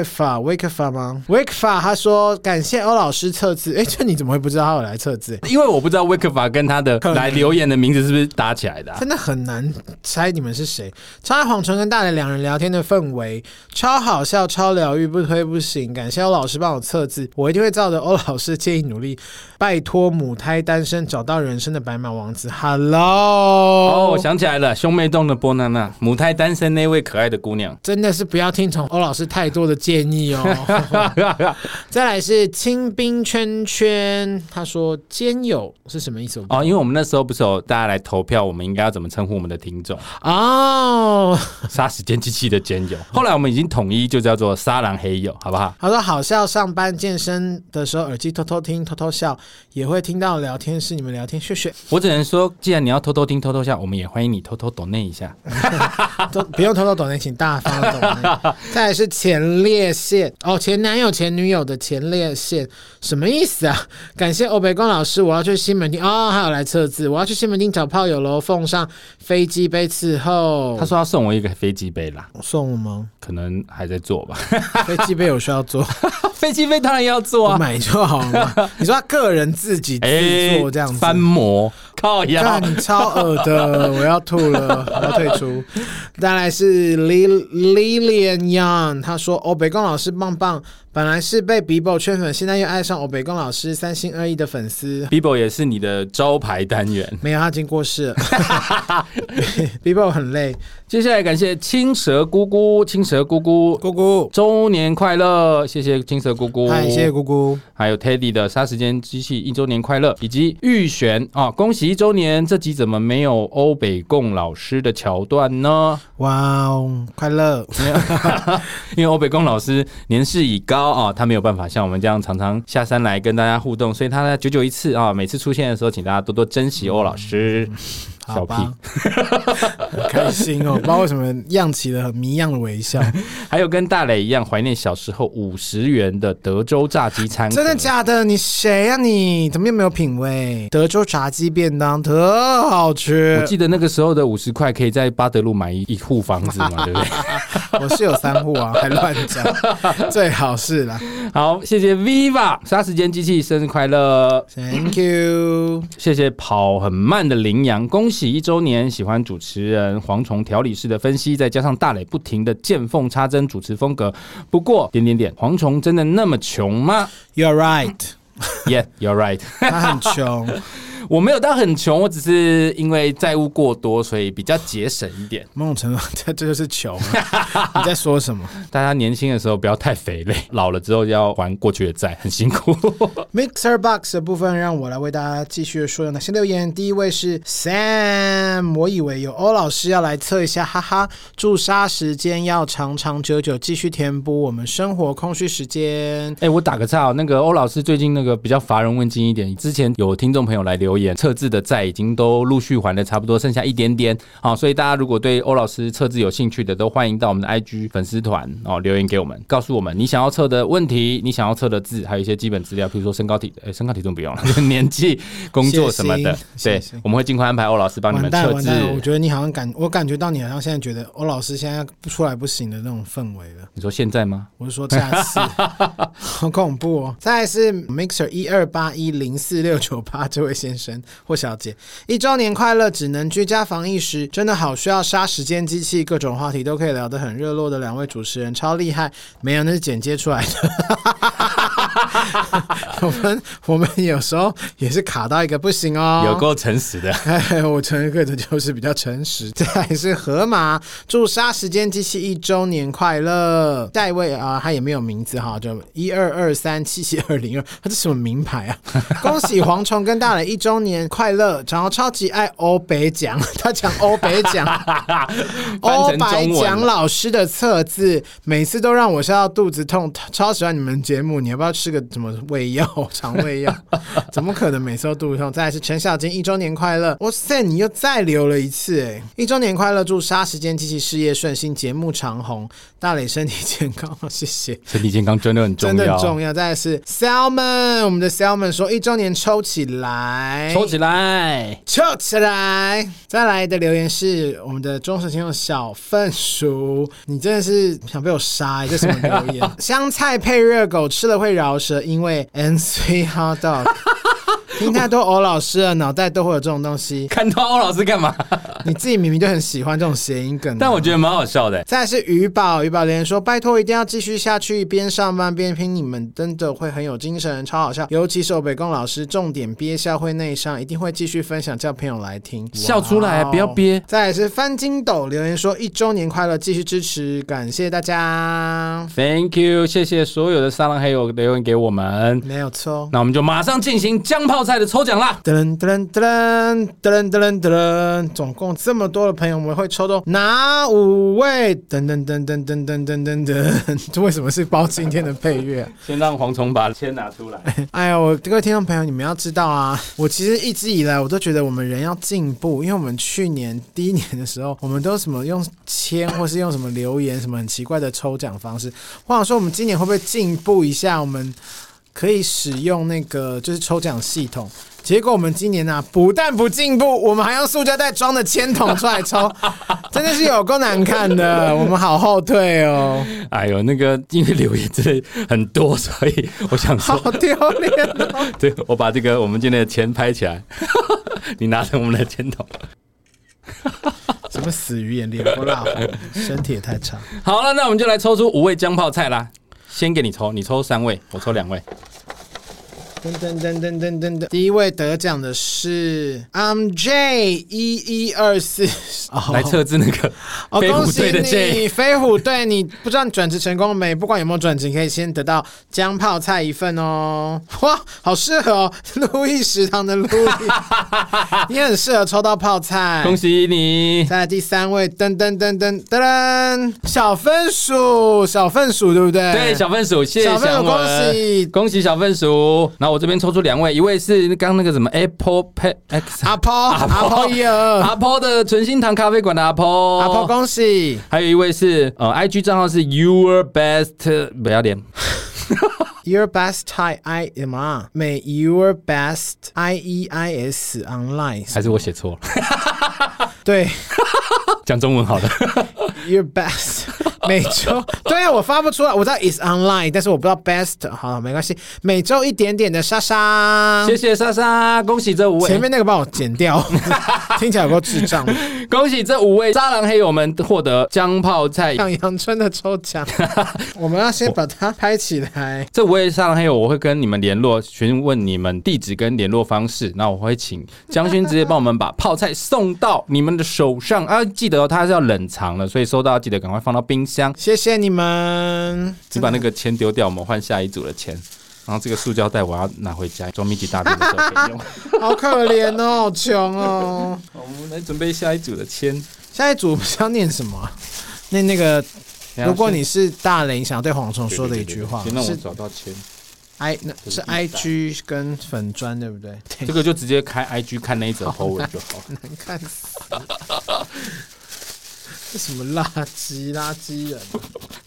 Speaker 3: Wakefa，Wakefa 吗？Wakefa 他说感谢欧老师测字，哎、这你怎么会不知道他有来测字？
Speaker 2: 因为我不知道威克法跟他的
Speaker 3: 能
Speaker 2: 来留言的名字是不是搭起来的啊、
Speaker 3: 真的很难猜你们是谁。超爱黄纯跟大磊两人聊天的氛围，超好笑、超疗愈，不推不行。感谢欧老师帮我测字，我一定会照着 (laughs) 欧老师建议努力，拜托母胎单身找到人生的白马王子。Hello，
Speaker 2: 哦，
Speaker 3: 哦
Speaker 2: 我想起来了，兄妹洞的波娜娜，母胎单身那位可爱的姑
Speaker 3: (laughs)
Speaker 2: 娘。 (laughs)
Speaker 3: 真的是不要听从欧老师太多的建议
Speaker 2: (laughs)
Speaker 3: 哦。再来是清冰圈圈，他说兼友是什么意思？
Speaker 2: 哦，因为我们那时候不是有大家来投票，我们应该要怎么称呼我们的听众？
Speaker 3: 哦，
Speaker 2: 杀时间机器的兼友。后来我们已经统一就叫做沙狼黑友，好不好？
Speaker 3: 他说好笑，上班健身的时候耳机偷偷听，偷偷笑，也会听到聊天室你们聊天，谢谢，
Speaker 2: 我只能说，既然你要偷偷听、偷偷笑，我们也欢迎你偷偷抖那一下。
Speaker 3: 都不用偷偷懂内，请大方懂内。再来是前列腺哦，前男友、前女友的前列腺什么意思啊？感谢欧北光老师，我要去西门町哦，还有来测字，我要去西门町找炮友喽，奉上飞机杯伺候。
Speaker 2: (laughs) 他说要送我一个飞机杯啦，
Speaker 3: 送我吗？
Speaker 2: 可能还在做吧。 (laughs)
Speaker 3: 飞机杯有需要做，
Speaker 2: 飞机飞当然要做
Speaker 3: 我
Speaker 2: 啊。哎
Speaker 3: 买就好了。你说他个人自己制作这样子，
Speaker 2: 翻模靠腰，
Speaker 3: 干超恶的，我要吐了，我要退出。
Speaker 2: (laughs)
Speaker 3: 再来是 Lil- Lilian Young，她说：“欧北贡老师棒棒，本来是被 Bibo 圈粉，现在又爱上哦欧北贡老师，三心二意的粉丝。
Speaker 2: Bibo 也是你的招牌单元”。
Speaker 3: 没有，他已经过世了。Bibo 很累，
Speaker 2: 接下来感谢青蛇姑姑，青蛇姑姑
Speaker 3: 姑姑，
Speaker 2: 周年快乐，谢谢青蛇姑姑，
Speaker 3: 嗨，谢谢姑姑。
Speaker 2: 还有 Teddy 的《杀时间机器》一周年快乐，以及玉璇啊，恭喜一周年！这集怎么没有欧北贡老师的桥段呢？
Speaker 3: 哇哦，快乐！
Speaker 2: 因为欧北贡老师年事已高啊，他没有办法像我们这样常常下山来跟大家互动，所以他呢久久一次啊，每次出现的时候，请大家多多珍惜欧老师。
Speaker 3: 好
Speaker 2: 小屁，
Speaker 3: 吧，很开心哦，不知道为什么漾起了很迷样的微笑。
Speaker 2: 还有跟大磊一样怀念小时候五十元的德州炸鸡餐盒，
Speaker 3: 真的假的？你谁呀、你怎么又没有品味？德州炸鸡便当特好吃
Speaker 2: 我，记得那个时候的五十块可以在巴德路买一一户房子嘛，对不对？
Speaker 3: 我是有三户啊，还乱
Speaker 2: (laughs)
Speaker 3: 讲，最好是啦。
Speaker 2: 好，谢谢 Viva 杀时间机器生日快乐，
Speaker 3: Thank you，
Speaker 2: 谢谢跑很慢的羚羊，恭喜一周年！喜欢主持人蝗虫调理式的分析，再加上大磊不停的见缝插针主持风格。不过点点点，蝗虫真的那么穷吗 (laughs)
Speaker 3: you're right，
Speaker 2: ？Yeah, you're right。 (laughs)
Speaker 3: 他很穷，
Speaker 2: 我没有到很穷，我只是因为债务过多，所以比较节省一点。
Speaker 3: 某种程度这这就是穷啊。
Speaker 2: (laughs)
Speaker 3: 你在说什么？
Speaker 2: 大家年轻的时候不要太肥累，老了之后要还过去的债，很辛苦。
Speaker 3: Mixer Box 的部分，让我来为大家继续说有哪些留言。第一位是 Sam，我以为有欧老师要来测一下，哈哈。祝杀时间要长长久久，继续填补我们生活空虚时间。
Speaker 2: 哎、我打个岔哦，那个欧老师最近那个比较乏人问津一点。之前有听众朋友来留言，测字的债已经都陆续还的差不多，剩下一点点。好、所以大家如果对欧老师测字有兴趣的，都欢迎到我们的 IG 粉丝团哦留言给我们，告诉我们你想要测的问题，你想要测的字，还有一些基本资料，比如说身高体，哎、身高体重不用了， (laughs) 就是年纪、工作什么的。
Speaker 3: 谢谢
Speaker 2: 对，我们会尽快安排欧老师帮你
Speaker 3: 完
Speaker 2: 们
Speaker 3: 蛋
Speaker 2: 测
Speaker 3: 完
Speaker 2: 字。
Speaker 3: 蛋！我觉得你好像感，我感觉到你好像现在觉得欧老师现在不出来不行的那种氛围了。
Speaker 2: 你说现在吗？
Speaker 3: 我是说下
Speaker 2: (laughs)
Speaker 3: 次，好恐怖哦！再来是 Mixer 一二八一零四六九八这位先生或小姐，一周年快乐！只能居家防疫时，真的好需要杀时间机器，各种话题都可以聊得很热络的两位主持人超厉害，没有那是剪接出来的。 (laughs) 我们我们有时候也是卡到一个不行哦，
Speaker 2: 有够诚实的。
Speaker 3: 哎，我承认，这就是比较诚实。 (laughs) 再来是河马，祝《杀时间机器》一周年快乐！下一位啊，他也没有名字哈，就一二二三七七二零二，他这什么名牌啊？ (laughs) 恭喜蝗虫跟大磊一周年快乐！然后超级爱欧北奖，他讲欧北奖，
Speaker 2: 翻成
Speaker 3: 欧哦白
Speaker 2: 中文
Speaker 3: 奖
Speaker 2: 了。
Speaker 3: 老师的测字，每次都让我笑到肚子痛，超喜欢你们节目。你要不要吃个什么胃药、肠
Speaker 2: (laughs)
Speaker 3: 胃药？怎么可能每次都肚子痛？再来是陈小金一周年快乐！哇塞，你又再留了一次哎！一周年快乐，祝杀时间机器事业顺心，节目长红，大磊身体健康，谢谢。
Speaker 2: 身体健康真的很重
Speaker 3: 真
Speaker 2: 要，哦
Speaker 3: 的很重要。再来是 Salmon，我们的 Salmon 说一周年抽起来，
Speaker 2: 抽起来。
Speaker 3: 抽起来！再来的留言是我们的忠实听众小粪鼠，你真的是想被我杀、欸？这什么留
Speaker 2: (laughs)
Speaker 3: 言？香菜配热狗吃了会饶舌，因为 N C hot
Speaker 2: (laughs)
Speaker 3: dog。听太多欧老师了，脑袋都会有这种东西。
Speaker 2: 看到欧老师干嘛？
Speaker 3: 你自己明明就很喜欢这种谐音梗啊、
Speaker 2: 但我觉得蛮好笑的。欸
Speaker 3: 再来是鱼宝，鱼宝留言说：“拜托，一定要继续下去，边上班边听，你们真的会很有精神，超好笑。尤其是我北宫老师，重点憋笑会内伤，一定会继续分享，叫朋友来听，
Speaker 2: 笑出来
Speaker 3: 哇哦
Speaker 2: 不要憋
Speaker 3: 再来是翻筋斗留言说：“一周年快乐，继续支持，感谢大家。
Speaker 2: Thank you，谢谢所有的沙浪黑友留言给我”们。
Speaker 3: 没有错。
Speaker 2: 那我们就马上进行酱泡菜的抽奖啦！
Speaker 3: 噔噔噔噔噔噔噔，总共这么多的朋友，我们会抽中哪五位？噔噔噔噔噔噔噔噔噔，这为什么是包今天的配乐啊、
Speaker 2: 先让蝗虫把签拿出来。
Speaker 3: 哎呀，我各位听众朋友，你们要知道啊， (laughs) 我其实一直以来我都觉得我们人要进步，因为我们去年第一年的时候，我们都什么用签或是用什么留言什么很奇怪的抽奖方式。我想说，我们今年会不会进步一下？我们可以使用那个就是抽奖系统，结果我们今年呢、啊，不但不进步，我们还用塑胶袋装的铅筒出来抽， (laughs) 真的是有够难看的。我们好后退哦，
Speaker 2: (laughs) 哎呦，那个因为留言真的很多，所以我想
Speaker 3: 好
Speaker 2: 说， (laughs)
Speaker 3: 丢脸哦。
Speaker 2: 对我把这个我们今天的钱拍起来， (laughs) 你拿着我们的钱筒。
Speaker 3: 什么死鱼眼，脸不辣红，身体也太差。
Speaker 2: 好了，那我们就来抽出五味姜泡菜啦。先给你抽，你抽三位，我抽两位。
Speaker 3: 噔噔噔噔噔噔噔，第一位得奖的是 I'm J 一一二四，哦
Speaker 2: 来测字那个
Speaker 3: 哦，
Speaker 2: 飞
Speaker 3: 恭
Speaker 2: 虎
Speaker 3: 喜
Speaker 2: 队的 J，
Speaker 3: 你，飞虎队！你不知道你转职成功没？不管有没有转职，你可以先得到姜泡菜一份哦。哇，好适合哦， (laughs) 路易食堂的路易，你很适合抽到泡菜。
Speaker 2: 恭！喜你！
Speaker 3: 再来第三位，噔噔噔噔噔噔，小分鼠，小分鼠对不对？
Speaker 2: 对，小粪鼠，谢谢
Speaker 3: 哎小粪
Speaker 2: 小
Speaker 3: 鼠
Speaker 2: 文
Speaker 3: 恭喜
Speaker 2: 恭喜小粪鼠。然后我这边抽出两位，一位是刚刚那个什么 Apple Pay X
Speaker 3: 阿婆，阿婆一二，
Speaker 2: 阿婆的纯心堂咖啡馆的阿婆，
Speaker 3: 阿婆恭喜！
Speaker 2: 还有一位是呃，IG 账号是 Your Best，不要脸，
Speaker 3: Your best Thai I 什么啊？美 Your best I E I S online
Speaker 2: 还是我写
Speaker 3: (laughs)
Speaker 2: 错了？
Speaker 3: 对
Speaker 2: 讲中文好了。(laughs)
Speaker 3: Your best 每周对啊，我发不出来，我知道 is online，但是我不知道 best 好了，没关系，每周一点点的莎莎
Speaker 2: 谢，谢莎莎，恭喜这五位，
Speaker 3: 嗯前面那个帮我剪掉，听起来有够智
Speaker 2: (laughs)
Speaker 3: 障，
Speaker 2: 恭喜这五位渣男黑友们获得姜泡菜。
Speaker 3: 像阳春的抽奖，我们要先把它拍起来。
Speaker 2: 这五位渣男黑友，我会跟你们联络，询问你们地址跟联络方式。那我会请江勋直接帮我们把泡菜送到你们的手上啊！记得、哦、它是要冷藏的，所以收到记得赶快放到冰箱。
Speaker 3: 谢谢
Speaker 2: (laughs)
Speaker 3: 你们，
Speaker 2: 你把那个钱丢掉，我们换下一组的钱。然后这个塑胶袋我要拿回家装密集大便的时候可以用。
Speaker 3: 好可怜哦，好穷哦。
Speaker 2: 我们来准备下一组的签。
Speaker 3: 下一组不是要念什么啊？念那个如果你是大雷，想要对蝗虫说的一句话
Speaker 2: 先让我
Speaker 3: 是
Speaker 2: 找到签，
Speaker 3: i 那是 i g 跟粉砖对不对？对
Speaker 2: 这个就直接开 IG 看那一
Speaker 3: (laughs)
Speaker 2: 则 po 文就好。
Speaker 3: 难看死了！这什么垃圾垃圾人、啊，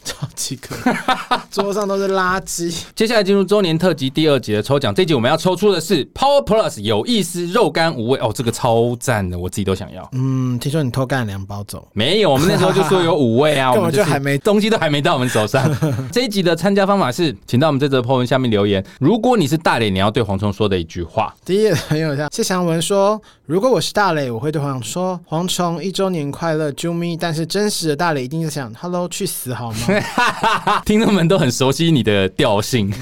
Speaker 3: 超级可爱，桌上都是垃圾。
Speaker 2: 接下来进入周年特辑第二集的抽奖，这集我们要抽出的是 Power Plus 有意思肉干无味哦，这个超赞的，我自己都想要。
Speaker 3: 嗯，听说你偷干两包走，
Speaker 2: 没有，我们那时候就说有五位啊，
Speaker 3: (laughs) 根本
Speaker 2: 我们是
Speaker 3: 就还没
Speaker 2: 东西都还没到我们手
Speaker 3: (laughs)
Speaker 2: 上。这一集的参加方法是，请到我们这则 po 文下面留言。如果你是大脸，你要对蝗虫说的一句话。 (laughs)
Speaker 3: 第一个朋友叫谢祥文说：“如果我是大磊，我会对黄虫说：‘蝗虫一周年快乐，啾咪！’但是真实的大磊一定在想：‘Hello，去死好吗？’
Speaker 2: 听众们都很熟悉你的调
Speaker 3: (laughs)
Speaker 2: 性，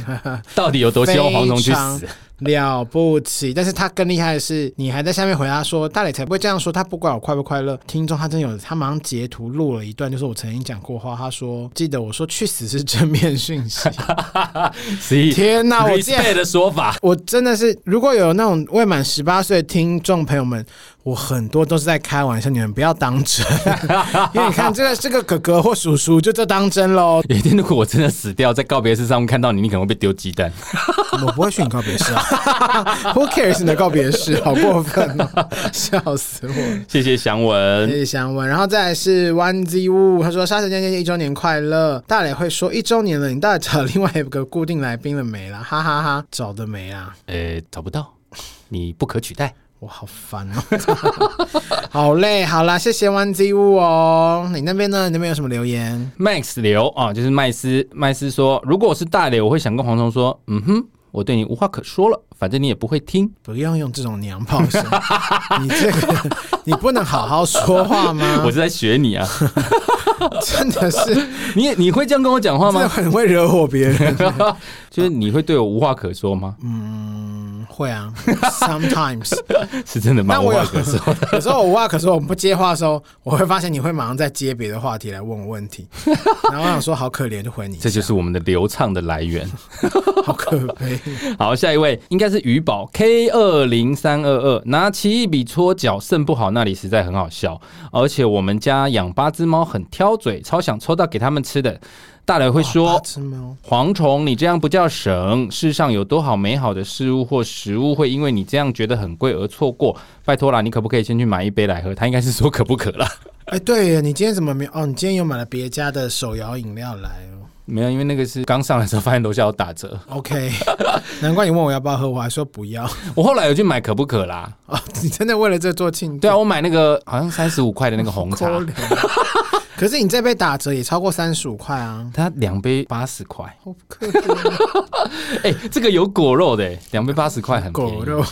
Speaker 2: 到底有多希望蝗虫去死？
Speaker 3: 了不起！但是他更厉害的是，你还在下面回答说：“大磊才不会这样说，他不管我快不快乐。”听众他真有，他马上截图录了一段，就是我曾经讲过话，他说：“记得我说去死是正面讯息。
Speaker 2: 所以
Speaker 3: 天哪我
Speaker 2: r e
Speaker 3: 竟
Speaker 2: s
Speaker 3: 然
Speaker 2: p e 的说法”， (laughs)
Speaker 3: 我真的是，如果有那种未满十八岁的听众朋友们，我很多都是在开玩笑，你们不要当真，因为你看这个这个哥哥或叔叔就这当真喽。
Speaker 2: 有一天如果我真的死掉，在告别式上面看到你，你可能会被丢鸡蛋。 (laughs)
Speaker 3: 我不会去你告别式啊 (laughs) ，Who cares 你的告别式？好过分哦， (laughs) 笑死我了。
Speaker 2: 谢谢祥文
Speaker 3: 谢。谢祥文，然后再来是 One Z Wu，他说“沙神姐姐一周年快乐”，大磊会说一周年了，你到底找 (laughs) 另外一个固定来宾了没啦？哈哈哈找的没啦，
Speaker 2: 呃，找不到，你不可取代。
Speaker 3: 我好烦哦， (laughs) 好累，好啦，谢谢 One Z Wu 哦，你那边呢？你那边有什么留言？
Speaker 2: Max 刘啊，就是麦斯，麦斯说，如果我是大雷，我会想跟黄虫说，嗯哼，我对你无话可说了，反正你也不会听。
Speaker 3: 不用用这种娘炮声，你这个你不能好好说话吗
Speaker 2: 我？是在学你啊，
Speaker 3: 真的是，
Speaker 2: (laughs) 你也你会这样跟我讲话
Speaker 3: 真
Speaker 2: (laughs)
Speaker 3: 的
Speaker 2: 吗？
Speaker 3: 很会惹火别人。
Speaker 2: (laughs) 就是你会对我无话可说吗？
Speaker 3: 嗯，会啊，sometimes。
Speaker 2: 是真的吗？
Speaker 3: 但
Speaker 2: 无
Speaker 3: 我有
Speaker 2: 话可说。
Speaker 3: (laughs) 有时候我无话可说，我们不接话的时候，我会发现你会马上再接别的话题来问我问题，然后我想说好可怜，就回你一下，
Speaker 2: (laughs) 这就是我们的流畅的来源。
Speaker 3: 好可悲。
Speaker 2: 好，下一位应该是鱼宝 K 二零三二二，拿起一笔戳脚肾不好，那里实在很好笑。而且我们家养八只猫很挑嘴，超想抽到给他们吃的。大人会
Speaker 3: 哇八
Speaker 2: 说
Speaker 3: 只猫，：“
Speaker 2: 蝗虫，你这样不叫省。世上有多少美好的事物或食物会因为你这样觉得很贵而错过？拜托啦，你可不可以先去买一杯来喝？”他应该是说可不可啦。
Speaker 3: 哎，对耶，你今天怎么没有？哦，你今天又买了别家的手摇饮料来哦。
Speaker 2: (laughs) 没有，因为那个是刚上来的时候发现楼下有打折，
Speaker 3: OK，难怪你问我要不要喝，我还说不要。
Speaker 2: 我后来有去买可不可啦。
Speaker 3: 哦，你真的为了这做庆祝？
Speaker 2: 对啊，我买那个好像三十五块的那个红茶
Speaker 3: 抠，脸。 (laughs) 可是你这杯打折也超过三十五块啊，
Speaker 2: 它两杯八十块。
Speaker 3: 好可怜啊
Speaker 2: 哎、这个有果肉的、欸，两杯八十块很便宜
Speaker 3: 狗肉。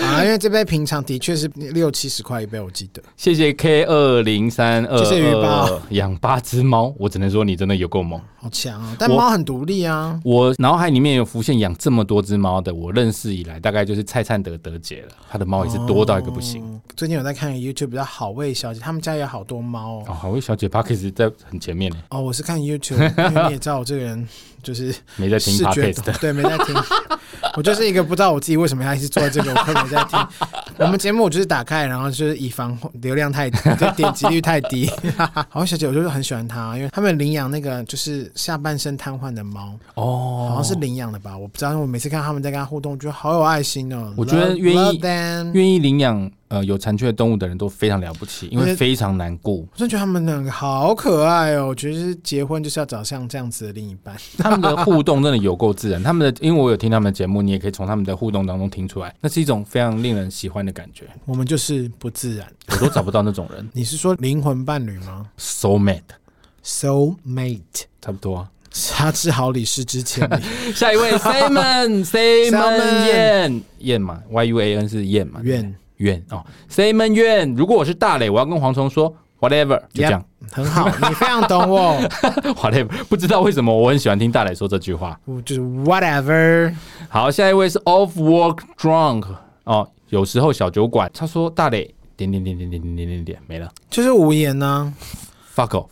Speaker 3: 啊，因为这杯平常的确是六七十块一杯，我记得。
Speaker 2: 谢谢 K 二零三二，
Speaker 3: 谢谢鱼包
Speaker 2: 养八只猫，我只能说你真的有够猛。
Speaker 3: 好强啊！但
Speaker 2: 我
Speaker 3: 猫很独立啊，
Speaker 2: 我脑海里面有浮现养这么多只猫的，我认识以来大概就是蔡灿德德姐了，她的猫也是多到一个不行。
Speaker 3: 嗯最近有在看 YouTube 叫好味小姐，他们家有好多猫哦。
Speaker 2: 哦，好味小姐 p a c k e s 在很前面呢，
Speaker 3: 哦，我是
Speaker 2: (laughs)
Speaker 3: 看 YouTube，因为你也知道我这个人 (laughs) 就是
Speaker 2: 没在听
Speaker 3: 视觉
Speaker 2: podcast 的。
Speaker 3: 对，没在
Speaker 2: (laughs)
Speaker 3: 听。我就是一个不知道我自己为什么要一直做这个，我根本没
Speaker 2: (laughs)
Speaker 3: 在听。我们节目我就是打开，然后就是以防流量太低，就
Speaker 2: (laughs)
Speaker 3: 点击率太低。 (laughs) 好，小姐，我就是很喜欢她，啊因为他们领养那个就是下半身瘫痪的猫，
Speaker 2: 哦，
Speaker 3: 好像是领养的吧？我不知道，因为我每次看他们在跟他互动，我觉得好有爱心哦。
Speaker 2: 我觉得
Speaker 3: Love-
Speaker 2: 愿意
Speaker 3: love them
Speaker 2: 愿意领养呃有残缺的动物的人都非常了不起，因
Speaker 3: 而
Speaker 2: 为
Speaker 3: 且
Speaker 2: 非常难顾。
Speaker 3: 我真的觉得他们两个好可爱哦！我觉得就是结婚就是要找像这样子的另一半。 (laughs)
Speaker 2: (laughs) 他们的互动真的有够自然，他们的因为我有听他们的节目，你也可以从他们的互动当中听出来，那是一种非常令人喜欢的感觉。
Speaker 3: 我们就是不自然。
Speaker 2: 我都找不到那种 (laughs) 人
Speaker 3: 你是说灵魂伴侣吗
Speaker 2: ，so mad，
Speaker 3: ？Soul mate，
Speaker 2: 差不多啊。
Speaker 3: 他之好礼，失之千里。
Speaker 2: 下一 (laughs) 位 Simon Simon
Speaker 3: Simon
Speaker 2: 燕燕嘛，Y U A N 是燕嘛，
Speaker 3: (laughs) 愿
Speaker 2: 燕哦，Simon 燕。如果我是大磊，我要跟蝗虫说 whatever，就这样
Speaker 3: Yep，很好，你非常懂 (laughs) 我。
Speaker 2: (laughs) whatever。不知道为什么我很喜欢听大磊说这句话。
Speaker 3: 我就是 whatever，
Speaker 2: 好，下一位是 Off Work Drunk 哦，有时候小酒馆，他说大磊点点点点点点点点点没了
Speaker 3: 就是无言呢、
Speaker 2: ，fuck off。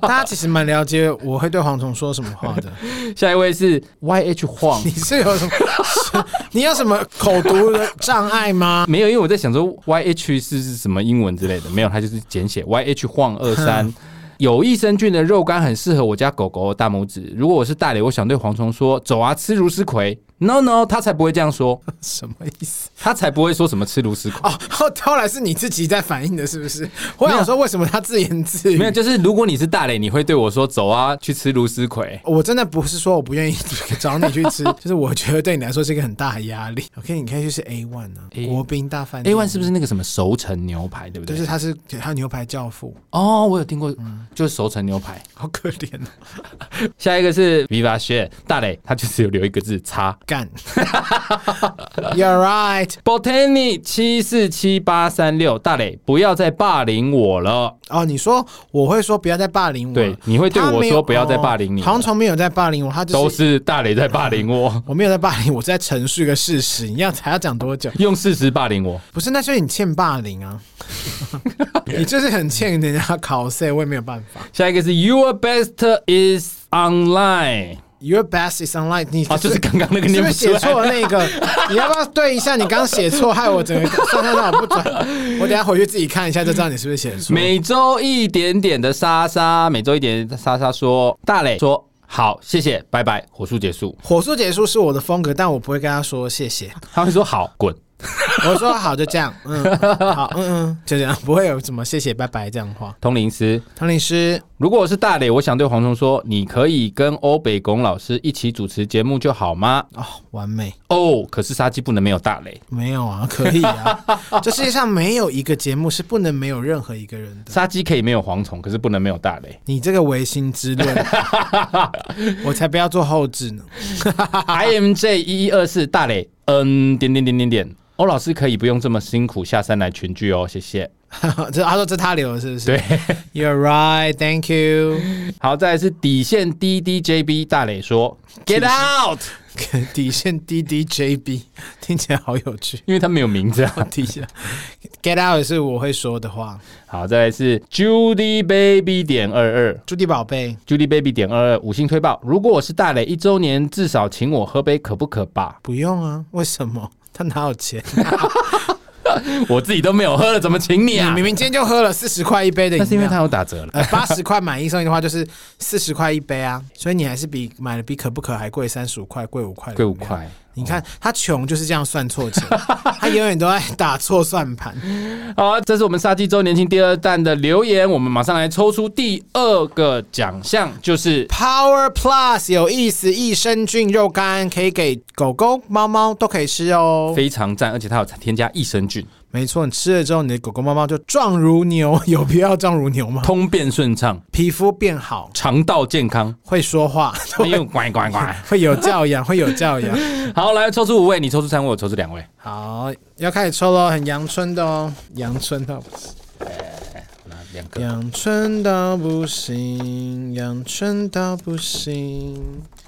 Speaker 3: 大家其实蛮了解我会对蝗虫说什么话 (laughs) 的。
Speaker 2: 下一位是 YH 晃
Speaker 3: 你，是有什么？ (laughs) 你有什么口读的障碍吗？
Speaker 2: 没有，因为我在想说 YH 是是什么英文之类的，没有，它就是简写 YH 晃二三。有益生菌的肉干很适合我家狗狗的大拇指。如果我是大磊，我想对蝗虫说：“走啊，吃如斯葵。”No No，他才不会这样说，
Speaker 3: 什么意思？
Speaker 2: 他才不会说什么吃如斯葵。
Speaker 3: 哦， (laughs) 后后来是你自己在反应的，是不是？我想说，为什么他自言自
Speaker 2: (laughs)
Speaker 3: 语？
Speaker 2: 没有，就是如果你是大磊，你会对我说：“走啊，去吃如斯葵。
Speaker 3: 我真的不是说我不愿意 (laughs) 找你去吃，就是我觉得对你来说是一个很大的压力。OK，你可以去吃 A One 啊
Speaker 2: A-，
Speaker 3: 国宾大饭
Speaker 2: ”A
Speaker 3: 店
Speaker 2: one 是不是那个什么熟成牛排，对不
Speaker 3: 就
Speaker 2: 对？
Speaker 3: 是他是他牛排教父，
Speaker 2: 哦，我有听过，就是熟成牛排。
Speaker 3: 好可怜哦，
Speaker 2: 下一个是 Viva She 大磊，他就只有留一个字“叉”。 (laughs)
Speaker 3: 干，You're right。
Speaker 2: Botany 七四七八三六，大磊，不要再霸凌我了。
Speaker 3: 哦，你说我会说不要再霸凌我，
Speaker 2: 对你会对
Speaker 3: 他
Speaker 2: 我
Speaker 3: 没
Speaker 2: 说
Speaker 3: 有
Speaker 2: 不要再霸凌你
Speaker 3: 哦蝗虫没有在霸凌我，他就是
Speaker 2: 都是大磊在霸凌我， (laughs)
Speaker 3: 我没有在霸凌，我是在陈述一个事实，你要还要讲多久？
Speaker 2: 用事实霸凌我。
Speaker 3: 不是，那就是你欠霸
Speaker 2: (laughs)
Speaker 3: 凌啊，你就是很欠人家考试，我也没有办法。
Speaker 2: 下一个是 Your best is online，
Speaker 3: Your best is online，你
Speaker 2: 啊，就是刚刚那个
Speaker 3: 你 (laughs) 是
Speaker 2: 念
Speaker 3: 不
Speaker 2: 不
Speaker 3: 是
Speaker 2: 出
Speaker 3: 写
Speaker 2: 来。
Speaker 3: 错了那个？你要不要对一下？你刚写错，害我整个算算算我不准。我等一下回去自己看一下，就知道你是不是写错。
Speaker 2: 每周一点点的莎莎，每周一点点的莎莎说，大磊说好，谢谢，拜拜，火速结束。
Speaker 3: 火速结束是我的风格，但我不会跟他说谢谢。
Speaker 2: 他会说好，滚。
Speaker 3: 我说好就这样，嗯，好，嗯嗯，就这样，不会有什么谢谢拜拜这样的话。
Speaker 2: 通灵师，
Speaker 3: 唐律师，
Speaker 2: 如果我是大磊，我想对黄虫说，你可以跟欧北龚老师一起主持节目就好吗？
Speaker 3: 哦，完美，
Speaker 2: 哦，可是杀鸡不能没有大磊。
Speaker 3: 没有啊，可以啊，这世界上没有一个节目是不能没有任何一个人的。
Speaker 2: 杀鸡可以没有蝗虫，可是不能没有大雷。
Speaker 3: 你这个唯心
Speaker 2: (laughs)
Speaker 3: 之论，我才不要做后置呢。 (laughs)
Speaker 2: I M J 一一二四大雷，嗯，点点点点点。欧老师可以不用这么辛苦下山来群聚哦，谢谢。
Speaker 3: 这他说这他留的是不是？
Speaker 2: 对，
Speaker 3: ，You're right, thank you。 (laughs)
Speaker 2: 好，再来是底线 D D J B 大磊说 Get out，
Speaker 3: 底线 D D J B 听起来好有趣。
Speaker 2: 因为他没有名字、啊。
Speaker 3: 底线 Get out 也是我会说的话。
Speaker 2: 好，再来是 Judy Baby 点二二
Speaker 3: 朱迪宝贝，
Speaker 2: ，Judy Baby 点二二五星推报。如果我是大磊一周年，至少请我喝杯可不可吧？
Speaker 3: 不用啊，为什么？他哪有钱？
Speaker 2: 我自己都没有喝了，怎么请你
Speaker 3: 你
Speaker 2: 啊
Speaker 3: 明？明今天就喝了四十块一杯的饮料，
Speaker 2: 那是因为他有打折了。
Speaker 3: 呃八十块买一送一的话就是四十块一杯啊，所以你还是比买的比可不可还贵三十五块，贵五块，
Speaker 2: 贵五。块。
Speaker 3: 你看他穷就是这样算错钱，他永远都在打错算盘。
Speaker 2: 好，这是我们杀鸡周年庆第二弹的留言，我们马上来抽出第二个奖项，就是。
Speaker 3: Power Plus 有意思，益生菌肉干可以给狗狗、猫猫都可以吃哦。
Speaker 2: 非常赞，而且它有添加益生菌，
Speaker 3: 没错，你吃了之后，你的狗狗、猫猫就壮如牛，有必要壮如牛吗？
Speaker 2: 通便顺畅，
Speaker 3: 皮肤变好，
Speaker 2: 肠道健康，
Speaker 3: 会说话， (laughs)
Speaker 2: 哎呦，乖乖 (laughs) 乖！
Speaker 3: 会有教养，会有教养。
Speaker 2: 好，来抽出五位，你抽出三位，我抽出两位。
Speaker 3: 好，要开始抽喽，很阳春的哦，阳春到不行，
Speaker 2: 那两个
Speaker 3: 阳春到不行，阳春到不行。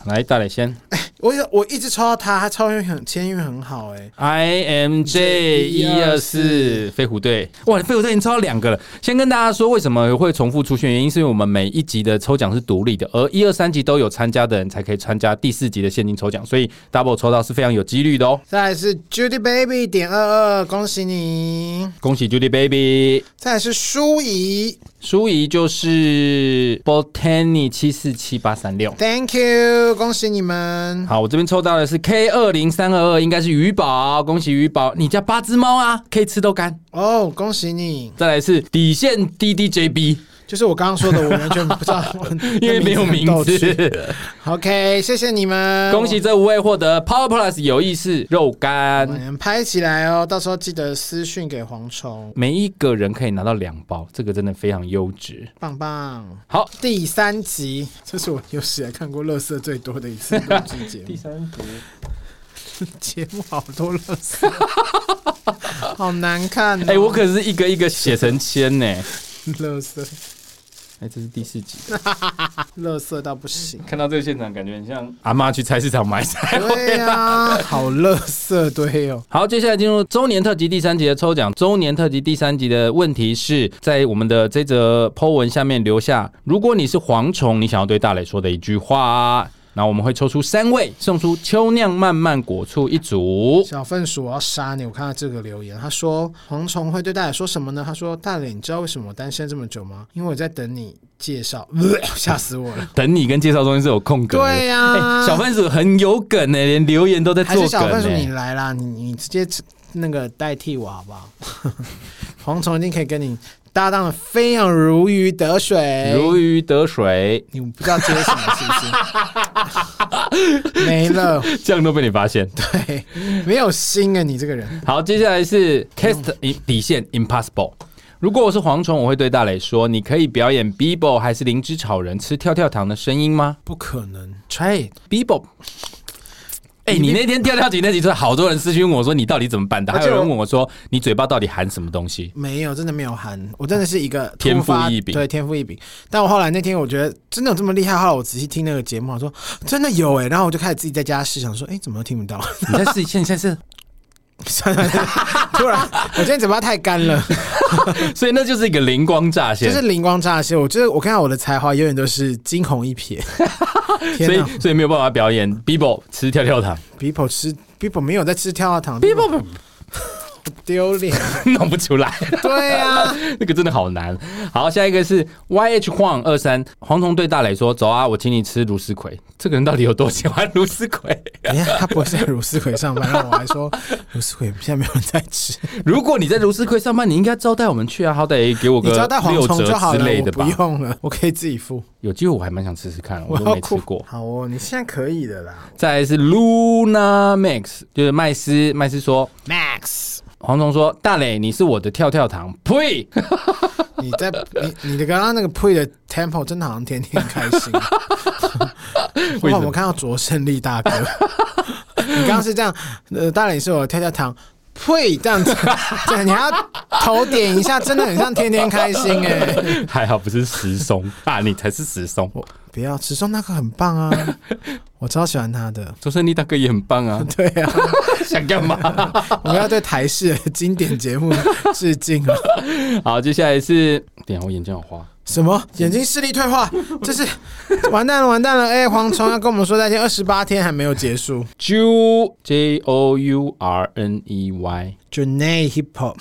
Speaker 2: 来，大磊先。
Speaker 3: 我有我一直抽到他，他抽运很签运很好哎、
Speaker 2: I M J 一二四
Speaker 3: 124
Speaker 2: 飞虎队，哇，飞虎队已经抽到两个了。先跟大家说，为什么会重复出现？原因是因为我们每一集的抽奖是独立的，而一二三集都有参加的人才可以参加第四集的现金抽奖，所以 double 抽到是非常有几率的哦。
Speaker 3: 再来是 Judy Baby 点二二，恭喜你。
Speaker 2: 恭喜 Judy Baby，
Speaker 3: 再来是舒怡
Speaker 2: 淑仪就是 Botany 七四七八三六。
Speaker 3: ，Thank you，恭喜你们。
Speaker 2: 好，我这边抽到的是 K 二零三二二，应该是鱼宝，恭喜鱼宝，你家八只猫啊，可以吃豆干。
Speaker 3: 哦恭喜你！
Speaker 2: 再来是底线 D D J B，，
Speaker 3: 就是我刚刚说的，我完全不知道
Speaker 2: (laughs) 因为没有名
Speaker 3: 很逗趣。
Speaker 2: 字。
Speaker 3: OK，谢谢你
Speaker 2: (laughs)
Speaker 3: 们，
Speaker 2: 恭喜这五位获得 Power Plus 有意识肉干，
Speaker 3: 嗯，拍起来哦，到时候记得私讯给蝗虫，
Speaker 2: 每一个人可以拿到两包，这个真的非常优质。
Speaker 3: 棒棒。
Speaker 2: 好，
Speaker 3: 第三集，这是我有史以来看过乐色最多的一次录制节目。第三集， (laughs) 节目好多乐色，好难看、哦。
Speaker 2: 哎、我可是一个一个写成签呢。
Speaker 3: 乐色，
Speaker 2: 哎、这是第四集，
Speaker 3: 乐色到不行。
Speaker 2: 看到这个现场，感觉很像阿妈去菜市场买菜。
Speaker 3: 对呀、好乐色对哦。
Speaker 2: (laughs) 好，接下来进入周年特辑第三集的抽奖。周年特辑第三集的问题是在我们的这则 Po 文下面留下，如果你是蝗虫，你想要对大磊说的一句话。那我们会抽出三位，送出秋酿漫漫果醋一组。
Speaker 3: 小粪鼠，我要杀你！我看到这个留言，他说蝗虫会对大磊说什么呢？他说大磊，你知道为什么我单身这么久吗？因为我在等你介绍， (laughs) 吓死我了。
Speaker 2: 等你跟介绍中间是有空格的。
Speaker 3: 对呀
Speaker 2: 哎小番薯很有梗呢、连留言都在
Speaker 3: 还
Speaker 2: 做
Speaker 3: 是
Speaker 2: 梗欸呢、
Speaker 3: 小番薯你来啦，你你直接那个代替我好不好？ (laughs) 蝗虫一定可以跟你搭档的非常如鱼得水。
Speaker 2: 如鱼得 (laughs) 水，
Speaker 3: 你不知道接什么是不 (laughs) 是？没了，
Speaker 2: 这样都被你发现。
Speaker 3: 对，没有心啊！你这个人，
Speaker 2: 好，接下来是 cast 底线 impossible。如果我是蝗虫，我会对大磊说：“你可以表演 Bibo 还是灵芝草人吃跳跳糖的声音吗
Speaker 3: 不可能，try
Speaker 2: ？”Bibo，哎、你那天跳跳级那集出来，好多人私信问我说你到底怎么办的，
Speaker 3: 而
Speaker 2: 还
Speaker 3: 且
Speaker 2: 有
Speaker 3: 我
Speaker 2: 人问我说你嘴巴到底含什么东西？
Speaker 3: 没有，真的没有含，我真的是一个突
Speaker 2: 天赋
Speaker 3: 发
Speaker 2: 异禀
Speaker 3: 对，天赋异禀。但我后来那天我觉得真的有这么厉害，后来我仔细听那个节目，我说真的有哎、然后我就开始自己在家试，想说哎、怎么都听不到？
Speaker 2: (laughs)
Speaker 3: (laughs)
Speaker 2: 你在试一下，你在试，
Speaker 3: 算了算了突然我今天嘴巴太干了，
Speaker 2: 所以那就是一个灵光乍现，
Speaker 3: 就是灵光乍现。我觉得我看到我的才华永远都是惊鸿一 (laughs) 瞥。
Speaker 2: 所
Speaker 3: 天哪
Speaker 2: 以所以没有办法表演 Bibo 吃跳跳糖，
Speaker 3: ，People 吃 People 没有在吃跳跳糖，People 丢脸。
Speaker 2: (laughs) 弄不出来，
Speaker 3: 对啊，
Speaker 2: (laughs) 那个真的好难。好，下一个是 YH 晃二三，黄虫对大磊说：“走啊，我请你吃芦丝葵。”这个人到底有多喜欢芦丝葵？
Speaker 3: 你看哎他不会是在茹丝葵上班，然后我还说茹丝葵现在没有人在吃，
Speaker 2: (laughs) 如果你在芦丝葵上班，你应该招待我们去啊，好歹也给我
Speaker 3: 你
Speaker 2: 个
Speaker 3: 只要带蝗
Speaker 2: 六
Speaker 3: 虫就好
Speaker 2: 折之
Speaker 3: 了，
Speaker 2: 类
Speaker 3: 我
Speaker 2: 的
Speaker 3: 不
Speaker 2: 吧。
Speaker 3: 用了，我可以自己付。
Speaker 2: 有机会我还蛮想吃吃看，我
Speaker 3: 我
Speaker 2: 都
Speaker 3: 要
Speaker 2: 没吃
Speaker 3: 哭
Speaker 2: 过。
Speaker 3: (laughs) 好哦，你现在可以的啦
Speaker 2: 再来是 Luna Max，就是麦斯，麦斯说
Speaker 3: ，Max，
Speaker 2: 黄虫说：“大磊，你是我的跳跳糖。” (laughs)
Speaker 3: (laughs)
Speaker 2: 呸！
Speaker 3: 你在你你的刚刚那个 pre 的 tempo 真的好像天天开
Speaker 2: (laughs)
Speaker 3: 心。
Speaker 2: 为什
Speaker 3: 哇，我
Speaker 2: 么
Speaker 3: 们？看到卓胜利大哥， (laughs) 你刚刚是这样，呃，大脸是我跳跳糖。呸！这样子， (laughs) 对，你还要头点一下，真的很像天天开心哎、
Speaker 2: (laughs) 还好不是石松 (laughs) 啊，你才是石松。
Speaker 3: 不要，池松那个很棒啊，我超喜欢他的。
Speaker 2: 周胜利大哥也很棒
Speaker 3: (laughs)
Speaker 2: 啊，
Speaker 3: 对啊，
Speaker 2: 想干 (laughs) 嘛？
Speaker 3: 我们要对台式的经典节目致敬了。
Speaker 2: (laughs)
Speaker 3: (laughs)
Speaker 2: 好，接下来是，等一下我眼睛好花。
Speaker 3: 什么眼睛视力退化？这是完蛋了，完蛋了！哎、蝗虫要跟我们说再见，二十八天还没有结束。
Speaker 2: J J O U R N E Y。
Speaker 3: Junay Hip Hop，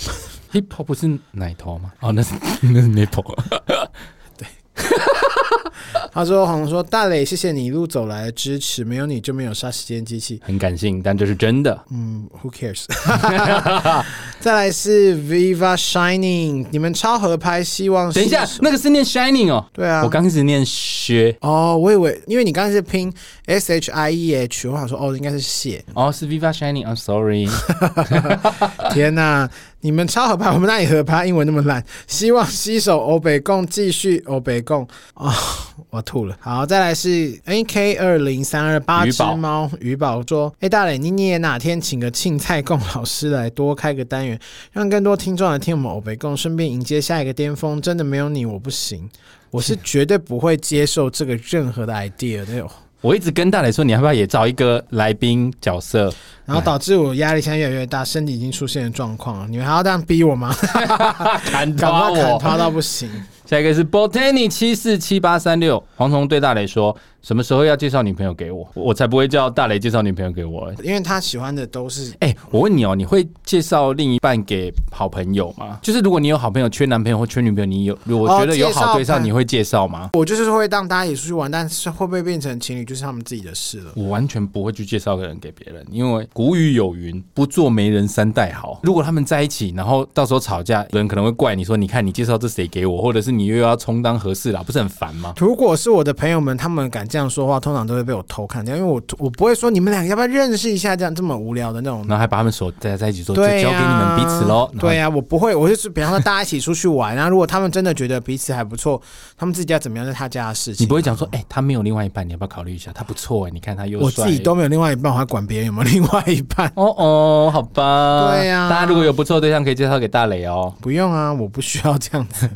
Speaker 2: Hip hop 不 (laughs) 是奶头吗？哦，那是那是 nipple。
Speaker 3: 他说啊好像说大磊，谢谢你一路走来的支持，没有你就没有杀时间机
Speaker 2: (laughs)
Speaker 3: 器。
Speaker 2: 很感性，但这是真的。
Speaker 3: 嗯，Who cares？再来是 Viva Shining，你们超合拍，希望是
Speaker 2: 等一下，那个是念 shining 哦，
Speaker 3: 对啊
Speaker 2: 我刚开始念薛，
Speaker 3: 哦，我以为因为你刚才是拼 S H I E H，我想说哦应该是谢。
Speaker 2: 哦，是 Viva Shining，I'm (laughs) sorry。 (laughs)
Speaker 3: 天呐，你们超合拍，我们那里合拍，英文那么烂。希望携手欧北共继续欧北共哦，我吐了。好，再来是 A K 二零三二八
Speaker 2: 鱼
Speaker 3: 只
Speaker 2: 宝
Speaker 3: 猫鱼宝说：“哎、大磊，你你也哪天请个庆菜贡老师来多开个单元，让更多听众来听我们欧北共，顺便迎接下一个巅峰。真的没有你我不行，我
Speaker 2: (laughs)
Speaker 3: 是绝对不会接受这个任何的 idea 的哟。”
Speaker 2: 我一直跟大磊说，你要不要也找一个来宾角色？
Speaker 3: 然后导致我压力现在越来越大，身体已经出现了状况了。你们还要这样逼我吗？
Speaker 2: 啊砍
Speaker 3: 赶
Speaker 2: 抓
Speaker 3: 快砍他
Speaker 2: 我。
Speaker 3: 到不行。
Speaker 2: 下一个是 Botany 七四七八三六，黄虫对大磊说：“什么时候要介绍女朋友给我？我才不会叫大磊介绍女朋友给我、欸。
Speaker 3: 因为他喜欢的都是”
Speaker 2: 哎、我问你哦、你会介绍另一半给好朋友吗？就是如果你有好朋友缺男朋友或缺女朋友，你有我觉得有好对
Speaker 3: 哦介绍
Speaker 2: 象，你会介绍吗？
Speaker 3: 我，就是会让大家一起出去玩，但是会不会变成情侣，就是他们自己的事了。
Speaker 2: 我完全不会去介绍个人给别人，因为古语有云“不做媒人三代好”。如果他们在一起，然后到时候吵架，人可能会怪你说：“你看你介绍这谁给我？”或者是你又要充当和事佬，不是很烦吗？
Speaker 3: 如果是我的朋友们，他们敢这样说话，通常都会被我偷看掉，因为我我不会说你们两个要不要认识一下这样这么无聊的那种
Speaker 2: 然后还把他们手在在一起说：“就
Speaker 3: 对
Speaker 2: 交给你们彼此喽。”
Speaker 3: 对
Speaker 2: 呀、
Speaker 3: 呀、我不会，我就是比方说大家一起出去玩，然后如果他们真的觉得彼此还不错，他们自己要怎么样是他家的事情。
Speaker 2: 你不会讲说：“哎、他没有另外一半，你要不要考虑一下？他不错哎、你看他又
Speaker 3: 我
Speaker 2: 帅
Speaker 3: 自己都没有另外一半，我还管别人有没有另外一半？ (laughs)
Speaker 2: 哦哦，好吧。
Speaker 3: 对啊呀
Speaker 2: 大家如果有不错的对象，可以介绍给大磊
Speaker 3: (laughs)
Speaker 2: 哦。
Speaker 3: 不用啊，我不需要这样子。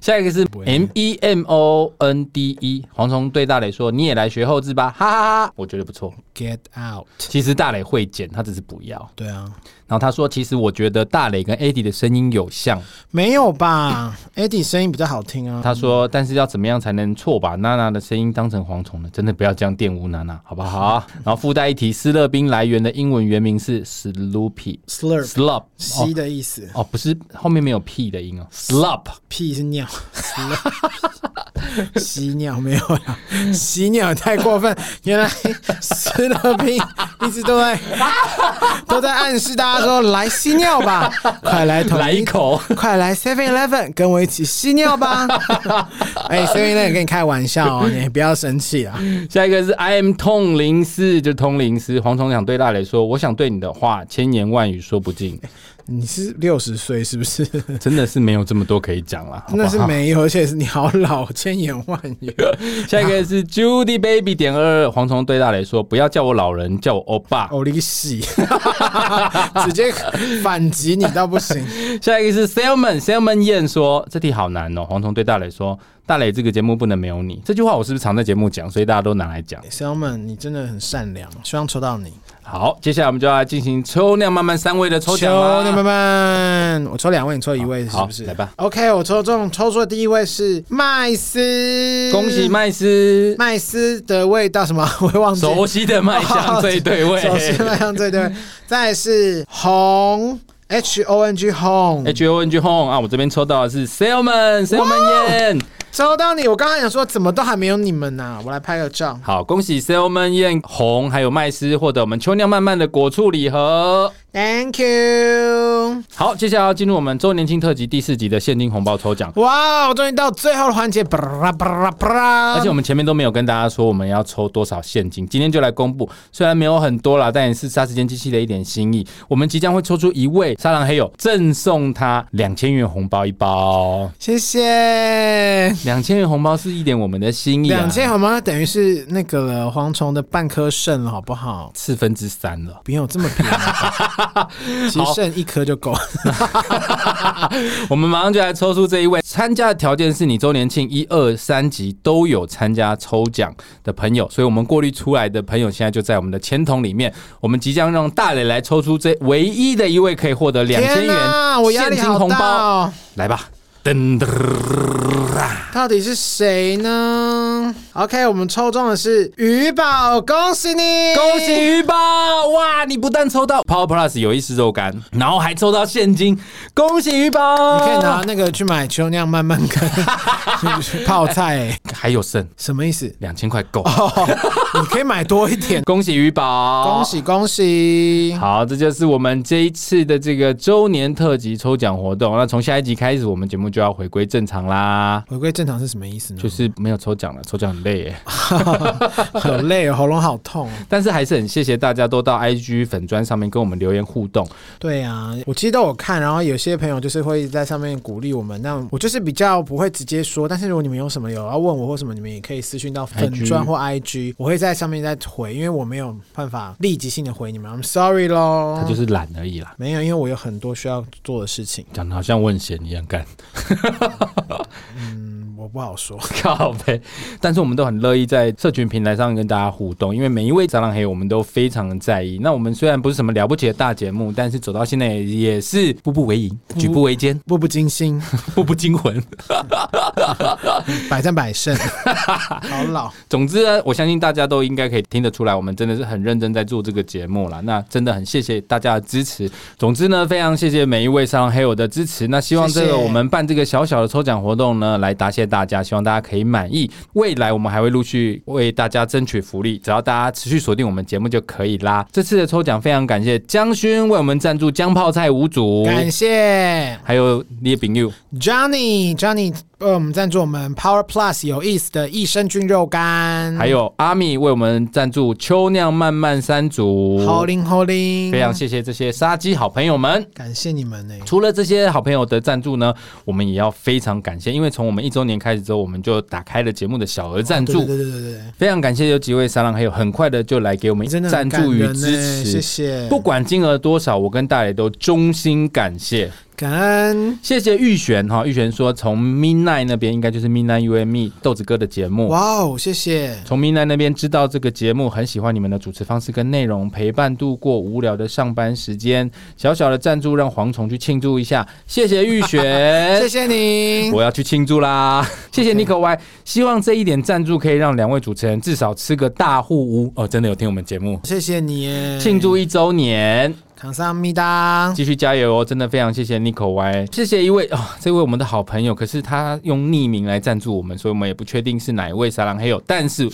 Speaker 2: 下一个是 M E M O N D E，蝗虫对大磊说：“你也来学后置吧，哈哈哈！”我觉得不错。
Speaker 3: Get out！
Speaker 2: 其实大磊会剪，他只是不要。
Speaker 3: 对啊，
Speaker 2: 然后他说，其实我觉得大磊跟 AD 的声音有像。
Speaker 3: 没有吧？Eddie 声音比较好听啊。
Speaker 2: 他说，但是要怎么样才能错把娜娜的声音当成蝗虫呢？真的不要这样玷污娜娜，好不
Speaker 3: (laughs)
Speaker 2: 好？然后附带一提，斯乐冰来源的英文原名是 Sloopy
Speaker 3: slurp
Speaker 2: Slop
Speaker 3: 吸
Speaker 2: 哦
Speaker 3: 的意思，
Speaker 2: 哦，不是后面没有 p 的音哦，slop
Speaker 3: 屁是尿 slurp 吸尿没有啦，吸尿也太过分。原来斯乐冰一直都在都在暗示大家说来吸尿吧，快来统
Speaker 2: (laughs)
Speaker 3: 一
Speaker 2: 来一口。
Speaker 3: 快来 Seven Eleven 跟我一起吸
Speaker 2: (laughs)
Speaker 3: 尿吧！哎，Seven Eleven 跟你开玩笑哦，你不要生气啊。
Speaker 2: 下一个是 I am 通灵师，就是通灵师。蝗虫想对大磊说，我想对你的话，千言万语说不尽，
Speaker 3: 你是六十岁是不是？
Speaker 2: 真的是没有这么多可以讲 (laughs) 啦。好不
Speaker 3: 那
Speaker 2: 好
Speaker 3: 是没有，而且是你好老，千言万语。
Speaker 2: 下一个是 Judy Baby 点二二，蝗虫对大雷说：“不要叫我老人，叫我欧巴。
Speaker 3: 欧力西， (laughs) 直接反击你到不行。
Speaker 2: 下一个是 Salmon Salmon 燕说：“这题好难哦。”蝗虫对大雷说：“大雷，这个节目不能没有你。”这句话我是不是常在节目讲，所以大家都拿来讲。
Speaker 3: Selman，你真的很善良，希望抽到你。
Speaker 2: 好，接下来我们就要来进行抽量慢慢三位的抽奖啦
Speaker 3: 求你们们，我抽两位，你抽一位，是
Speaker 2: 好
Speaker 3: 不是？
Speaker 2: 来吧。
Speaker 3: OK，我抽中，抽出的第一位是麦斯，
Speaker 2: 恭喜麦斯，
Speaker 3: 麦斯的味道什么？ (laughs) 我也忘记了。
Speaker 2: 熟悉的麦香这一对 (laughs) 位。
Speaker 3: (laughs) 首先迈向这对，再来是红 H O N G 红
Speaker 2: H O N G Home 啊，我这边抽到的是 Salmon Salmon 燕。
Speaker 3: 抽到你！我刚刚想说，怎么都还没有你们呐、我来拍个照。
Speaker 2: 好，恭喜 Salmon 燕红还有麦斯获得我们秋酿漫漫的果醋礼盒。
Speaker 3: Thank you！
Speaker 2: 好，接下来要进入我们周年庆特辑第四集的现金红包抽
Speaker 3: 嗯
Speaker 2: 奖。
Speaker 3: 哇，我终于到最后的环节，巴拉巴拉巴拉。
Speaker 2: 而且我们前面都没有跟大家说我们要抽多少现金，今天就来公布。虽然没有很多啦，但也是杀时间机器的一点心意。我们即将会抽出一位沙狼黑友，赠送他两千元红包一包。
Speaker 3: 谢谢。
Speaker 2: 两千元红包是一点我们的心意、啊，
Speaker 3: 两千好吗？等于是那个了蝗虫的半颗肾了，好不好？
Speaker 2: 四分之三了。
Speaker 3: 不用这么便宜吧，
Speaker 2: (laughs)
Speaker 3: 其实剩一颗就够。
Speaker 2: 我们马上就来抽出这一位，参加的条件是你周年庆一二三集都有参加抽奖的朋友，所以我们过滤出来的朋友现在就在我们的签筒里面。我们即将让大磊来抽出这唯一的一位可以获得两千
Speaker 3: 天哪我
Speaker 2: 元
Speaker 3: 压
Speaker 2: 现
Speaker 3: 力
Speaker 2: 金
Speaker 3: 好
Speaker 2: 红
Speaker 3: 大
Speaker 2: 包，
Speaker 3: 哦！
Speaker 2: 来吧！噔噔，
Speaker 3: 到底是谁呢？OK，我们抽中的是鱼宝，恭喜你！
Speaker 2: 恭喜鱼宝！哇，哇！你不但抽到 Power Plus 有意式肉干，然后还抽到现金，恭喜鱼宝！
Speaker 3: 你可以拿那个去买球酿慢慢跟 (laughs) 泡菜、欸，
Speaker 2: 还有剩
Speaker 3: 什么意思？
Speaker 2: 两千块够，
Speaker 3: 哦，你可以买多
Speaker 2: (laughs)
Speaker 3: 一点。
Speaker 2: 恭喜鱼宝！
Speaker 3: 恭！喜恭喜！
Speaker 2: 好，这就是我们这一次的这个周年特辑抽奖活动。那从下一集开始，我们节目就要回归正常啦。
Speaker 3: 回归正常是什么意思呢？
Speaker 2: 就是没有抽奖了，抽奖很累耶。
Speaker 3: (laughs) 好累哦，喉咙好痛哦。
Speaker 2: 但是还是很谢谢大家都到 IG 粉砖上面跟我们留言互动。
Speaker 3: 对啊，我其实都有看，然后有些朋友就是会在上面鼓励我们，那我就是比较不会直接说，但是如果你们有什么有要问我或什么，你们也可以私讯到粉
Speaker 2: IG
Speaker 3: 砖或 IG，我会在上面再回，因为我没有办法立即性的回你们，I'm sorry 咯
Speaker 2: 他。就是懒而已啦，
Speaker 3: 没有，因为我有很多需要做的事情，
Speaker 2: 讲的好像我很闲一样干， (laughs)
Speaker 3: 嗯，我不好说。
Speaker 2: 靠呗。但是我们都很乐意在社群平台上跟大家互动，因为每一位蟑螂黑我们都非常的在意。那我们虽然不是什么了不起的大节目，但是走到现在也是步步为营，举步维艰，
Speaker 3: 步步惊心， (laughs)
Speaker 2: 步步惊魂。
Speaker 3: 百战
Speaker 2: (laughs)
Speaker 3: 百胜，好老。
Speaker 2: 总之呢，我相信大家都应该可以听得出来，我们真的是很认真在做这个节目啦。那真的很谢谢大家的支持。总之呢，非常谢谢每一位上黑友的支持。那希望这
Speaker 3: 谢
Speaker 2: 个
Speaker 3: 谢
Speaker 2: 我们办这个小小的抽奖活动呢，来答谢大家，希望大家可以满意。未来我们还会陆续为大家争取福利，只要大家持续锁定我们节目就可以啦。这次的抽奖非常感谢江勋为我们赞助姜泡菜五组，
Speaker 3: 感谢
Speaker 2: 还有列饼佑。
Speaker 3: Johnny Johnny 呃为我们赞助我们 Power Plus 有意思的益生菌肉干，
Speaker 2: 还有阿米为我们赞助秋酿慢慢三组，
Speaker 3: Holding Holding，
Speaker 2: 非常谢谢这些杀鸡好朋友们。
Speaker 3: 感谢你们呢、
Speaker 2: 除了这些好朋友的赞助呢，我们也要非常感谢，因为从我们一周年开始之后，我们就打开了节目的小额赞
Speaker 3: 哦对
Speaker 2: 助，
Speaker 3: 对对对对对，
Speaker 2: 非常感谢有几位沙浪还有很快的就来给我们
Speaker 3: 真的
Speaker 2: 赞
Speaker 3: 很
Speaker 2: 助
Speaker 3: 感
Speaker 2: 与
Speaker 3: 人呢、
Speaker 2: 支持，
Speaker 3: 谢谢，
Speaker 2: 不管金额多少，我跟大磊都衷心感谢，
Speaker 3: 感恩。
Speaker 2: 谢谢玉璇哈。玉璇说，从 Midnight 那边应该就是 Midnight U M E 豆子哥的节目，
Speaker 3: 哇哦，谢谢，
Speaker 2: 从明南那边知道这个节目很喜欢你们的主持方式跟内容，陪伴度过无聊的上班时间，小小的赞助让蝗虫去庆祝一下，谢谢玉
Speaker 3: (laughs) 谢
Speaker 2: 璇。
Speaker 3: 谢你。
Speaker 2: 我要去庆祝啦！谢谢 Nico Y，希望这一点赞助可以让两位主持人至少吃个大户屋哦。真的有听我们节目，
Speaker 3: 谢谢你耶，
Speaker 2: 庆祝一周年，
Speaker 3: 康萨米达，
Speaker 2: (laughs) 继续加油哦！真的非常谢谢 Nico Y，谢谢一位哦，这位我们的好朋友，可是他用匿名来赞助我们，所以我们也不确定是哪一位沙狼黑友，但是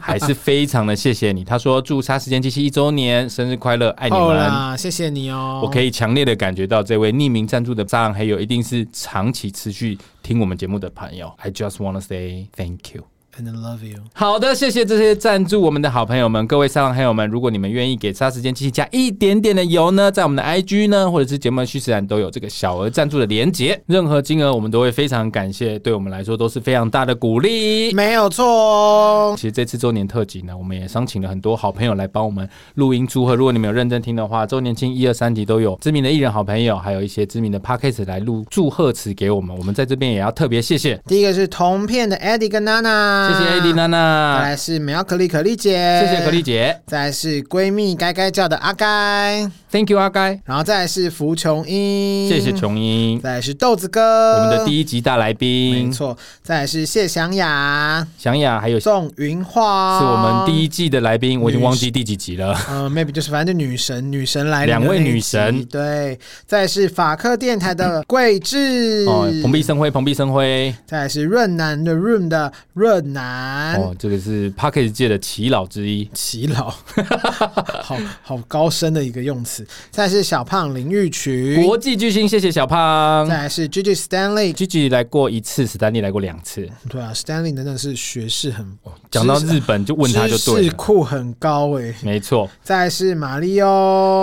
Speaker 2: 还是非常的谢谢你。他说祝《杀时间机器》一周年生日快乐，爱你
Speaker 3: 哦
Speaker 2: 们。
Speaker 3: 啦，谢谢你哦。
Speaker 2: 我可以强烈的感觉到，这位匿名赞助的沙狼黑友一定是长期持续听我们节目的朋友。I just wanna say thank you。
Speaker 3: and I love you。
Speaker 2: 好的，谢谢这些赞助我们的好朋友们，各位沙浪黑友们，如果你们愿意给《杀时间机器》加一点点的油呢，在我们的 IG 呢，或者是节目的叙事栏都有这个小额赞助的连结，任何金额我们都会非常感谢，对我们来说都是非常大的鼓励。
Speaker 3: 没有错哦，
Speaker 2: 其实这次周年特辑呢，我们也商请了很多好朋友来帮我们录音祝贺。如果你们有认真听的话，周年庆一二三集都有知名的艺人好朋友，还有一些知名的 p a c k a g e 来录祝贺词给我们。我们在这边也要特别谢谢，
Speaker 3: 第一个是铜片的 Eddie 跟娜娜，
Speaker 2: 谢谢 AD 娜
Speaker 3: 再
Speaker 2: 娜，
Speaker 3: 来是苗可丽可丽姐，
Speaker 2: 谢谢可丽，姐
Speaker 3: 再来是闺蜜该该叫的阿该，
Speaker 2: ，Thank you 阿该。
Speaker 3: 然后再来是福琼英，
Speaker 2: 谢谢，琼英，
Speaker 3: 再来是豆子哥，
Speaker 2: 我们的第一集大来
Speaker 3: 呃没
Speaker 2: 宾
Speaker 3: 错，再来是谢祥雅、
Speaker 2: 祥雅，还有是
Speaker 3: 宋云花，
Speaker 2: 我们第一季的来宾，我已经忘记第几集了。
Speaker 3: 呃，maybe 就是反正就女神，女神来了
Speaker 2: 两位
Speaker 3: 那一集
Speaker 2: 女神
Speaker 3: 对，再来是法克电台的桂智，
Speaker 2: 哦，蓬荜生辉，蓬荜生辉，
Speaker 3: 再来是润南的 Room 的润南，
Speaker 2: 哦，这个是 p a c k a g e 界的耆老之一。
Speaker 3: 齐老， (laughs) 好好高深的一个用词，再来是小胖林玉群，
Speaker 2: 国际巨星，谢谢小
Speaker 3: 再
Speaker 2: 胖。
Speaker 3: 来是 Gigi Stanley，
Speaker 2: G G 来过一次，史丹利来过两次。
Speaker 3: 对啊，Stanley 真的是学识很，
Speaker 2: 讲到日本就哦问他就
Speaker 3: 知
Speaker 2: 对
Speaker 3: 识
Speaker 2: 了，
Speaker 3: 库很高诶、
Speaker 2: 没错。
Speaker 3: 再来是马里奥，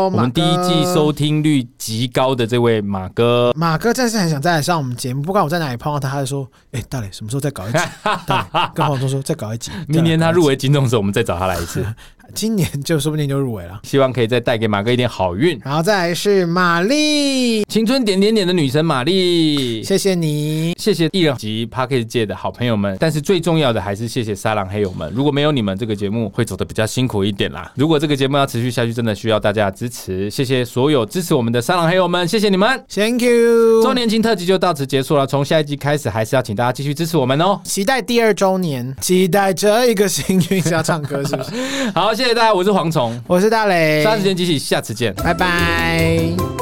Speaker 2: 我们第一季收听率极高的这位马哥，
Speaker 3: 马哥真的是很想再来上我们节目，不管我在哪里碰到他，他就说：“哎、大磊什么时候
Speaker 2: (laughs)
Speaker 3: 再搞一集？”大磊跟黄忠说：“再搞一集。”
Speaker 2: 明年他入
Speaker 3: 围，
Speaker 2: 围金钟的时候，我们再找他来
Speaker 3: (laughs)
Speaker 2: 一次，
Speaker 3: 今年就说不定就入围了。
Speaker 2: 希望可以再带给马哥一点好运。
Speaker 3: 然后再来是玛丽，
Speaker 2: 青春点点点的女神玛丽，
Speaker 3: 谢谢你，
Speaker 2: 谢谢艺人及 p a r k e t 界的好朋友们，但是最重要的还是谢谢沙狼黑友们。如果没有你们，这个节目会走得比较辛苦一点啦。如果这个节目要啊持续下去，真的需要大家的支持。谢谢所有支持我们的沙狼黑友们，谢谢你们。
Speaker 3: ，Thank you。
Speaker 2: 周年庆特辑就到此结束了，从下一集开始，还是要请大家继续支持我们哦。 (laughs)
Speaker 3: 期待第二周年，期待这一个幸运是要唱歌是不是？
Speaker 2: 好，谢谢大家，我是蝗虫，
Speaker 3: 我是大雷，哎
Speaker 2: 三十天集体，下次见。
Speaker 3: 拜拜。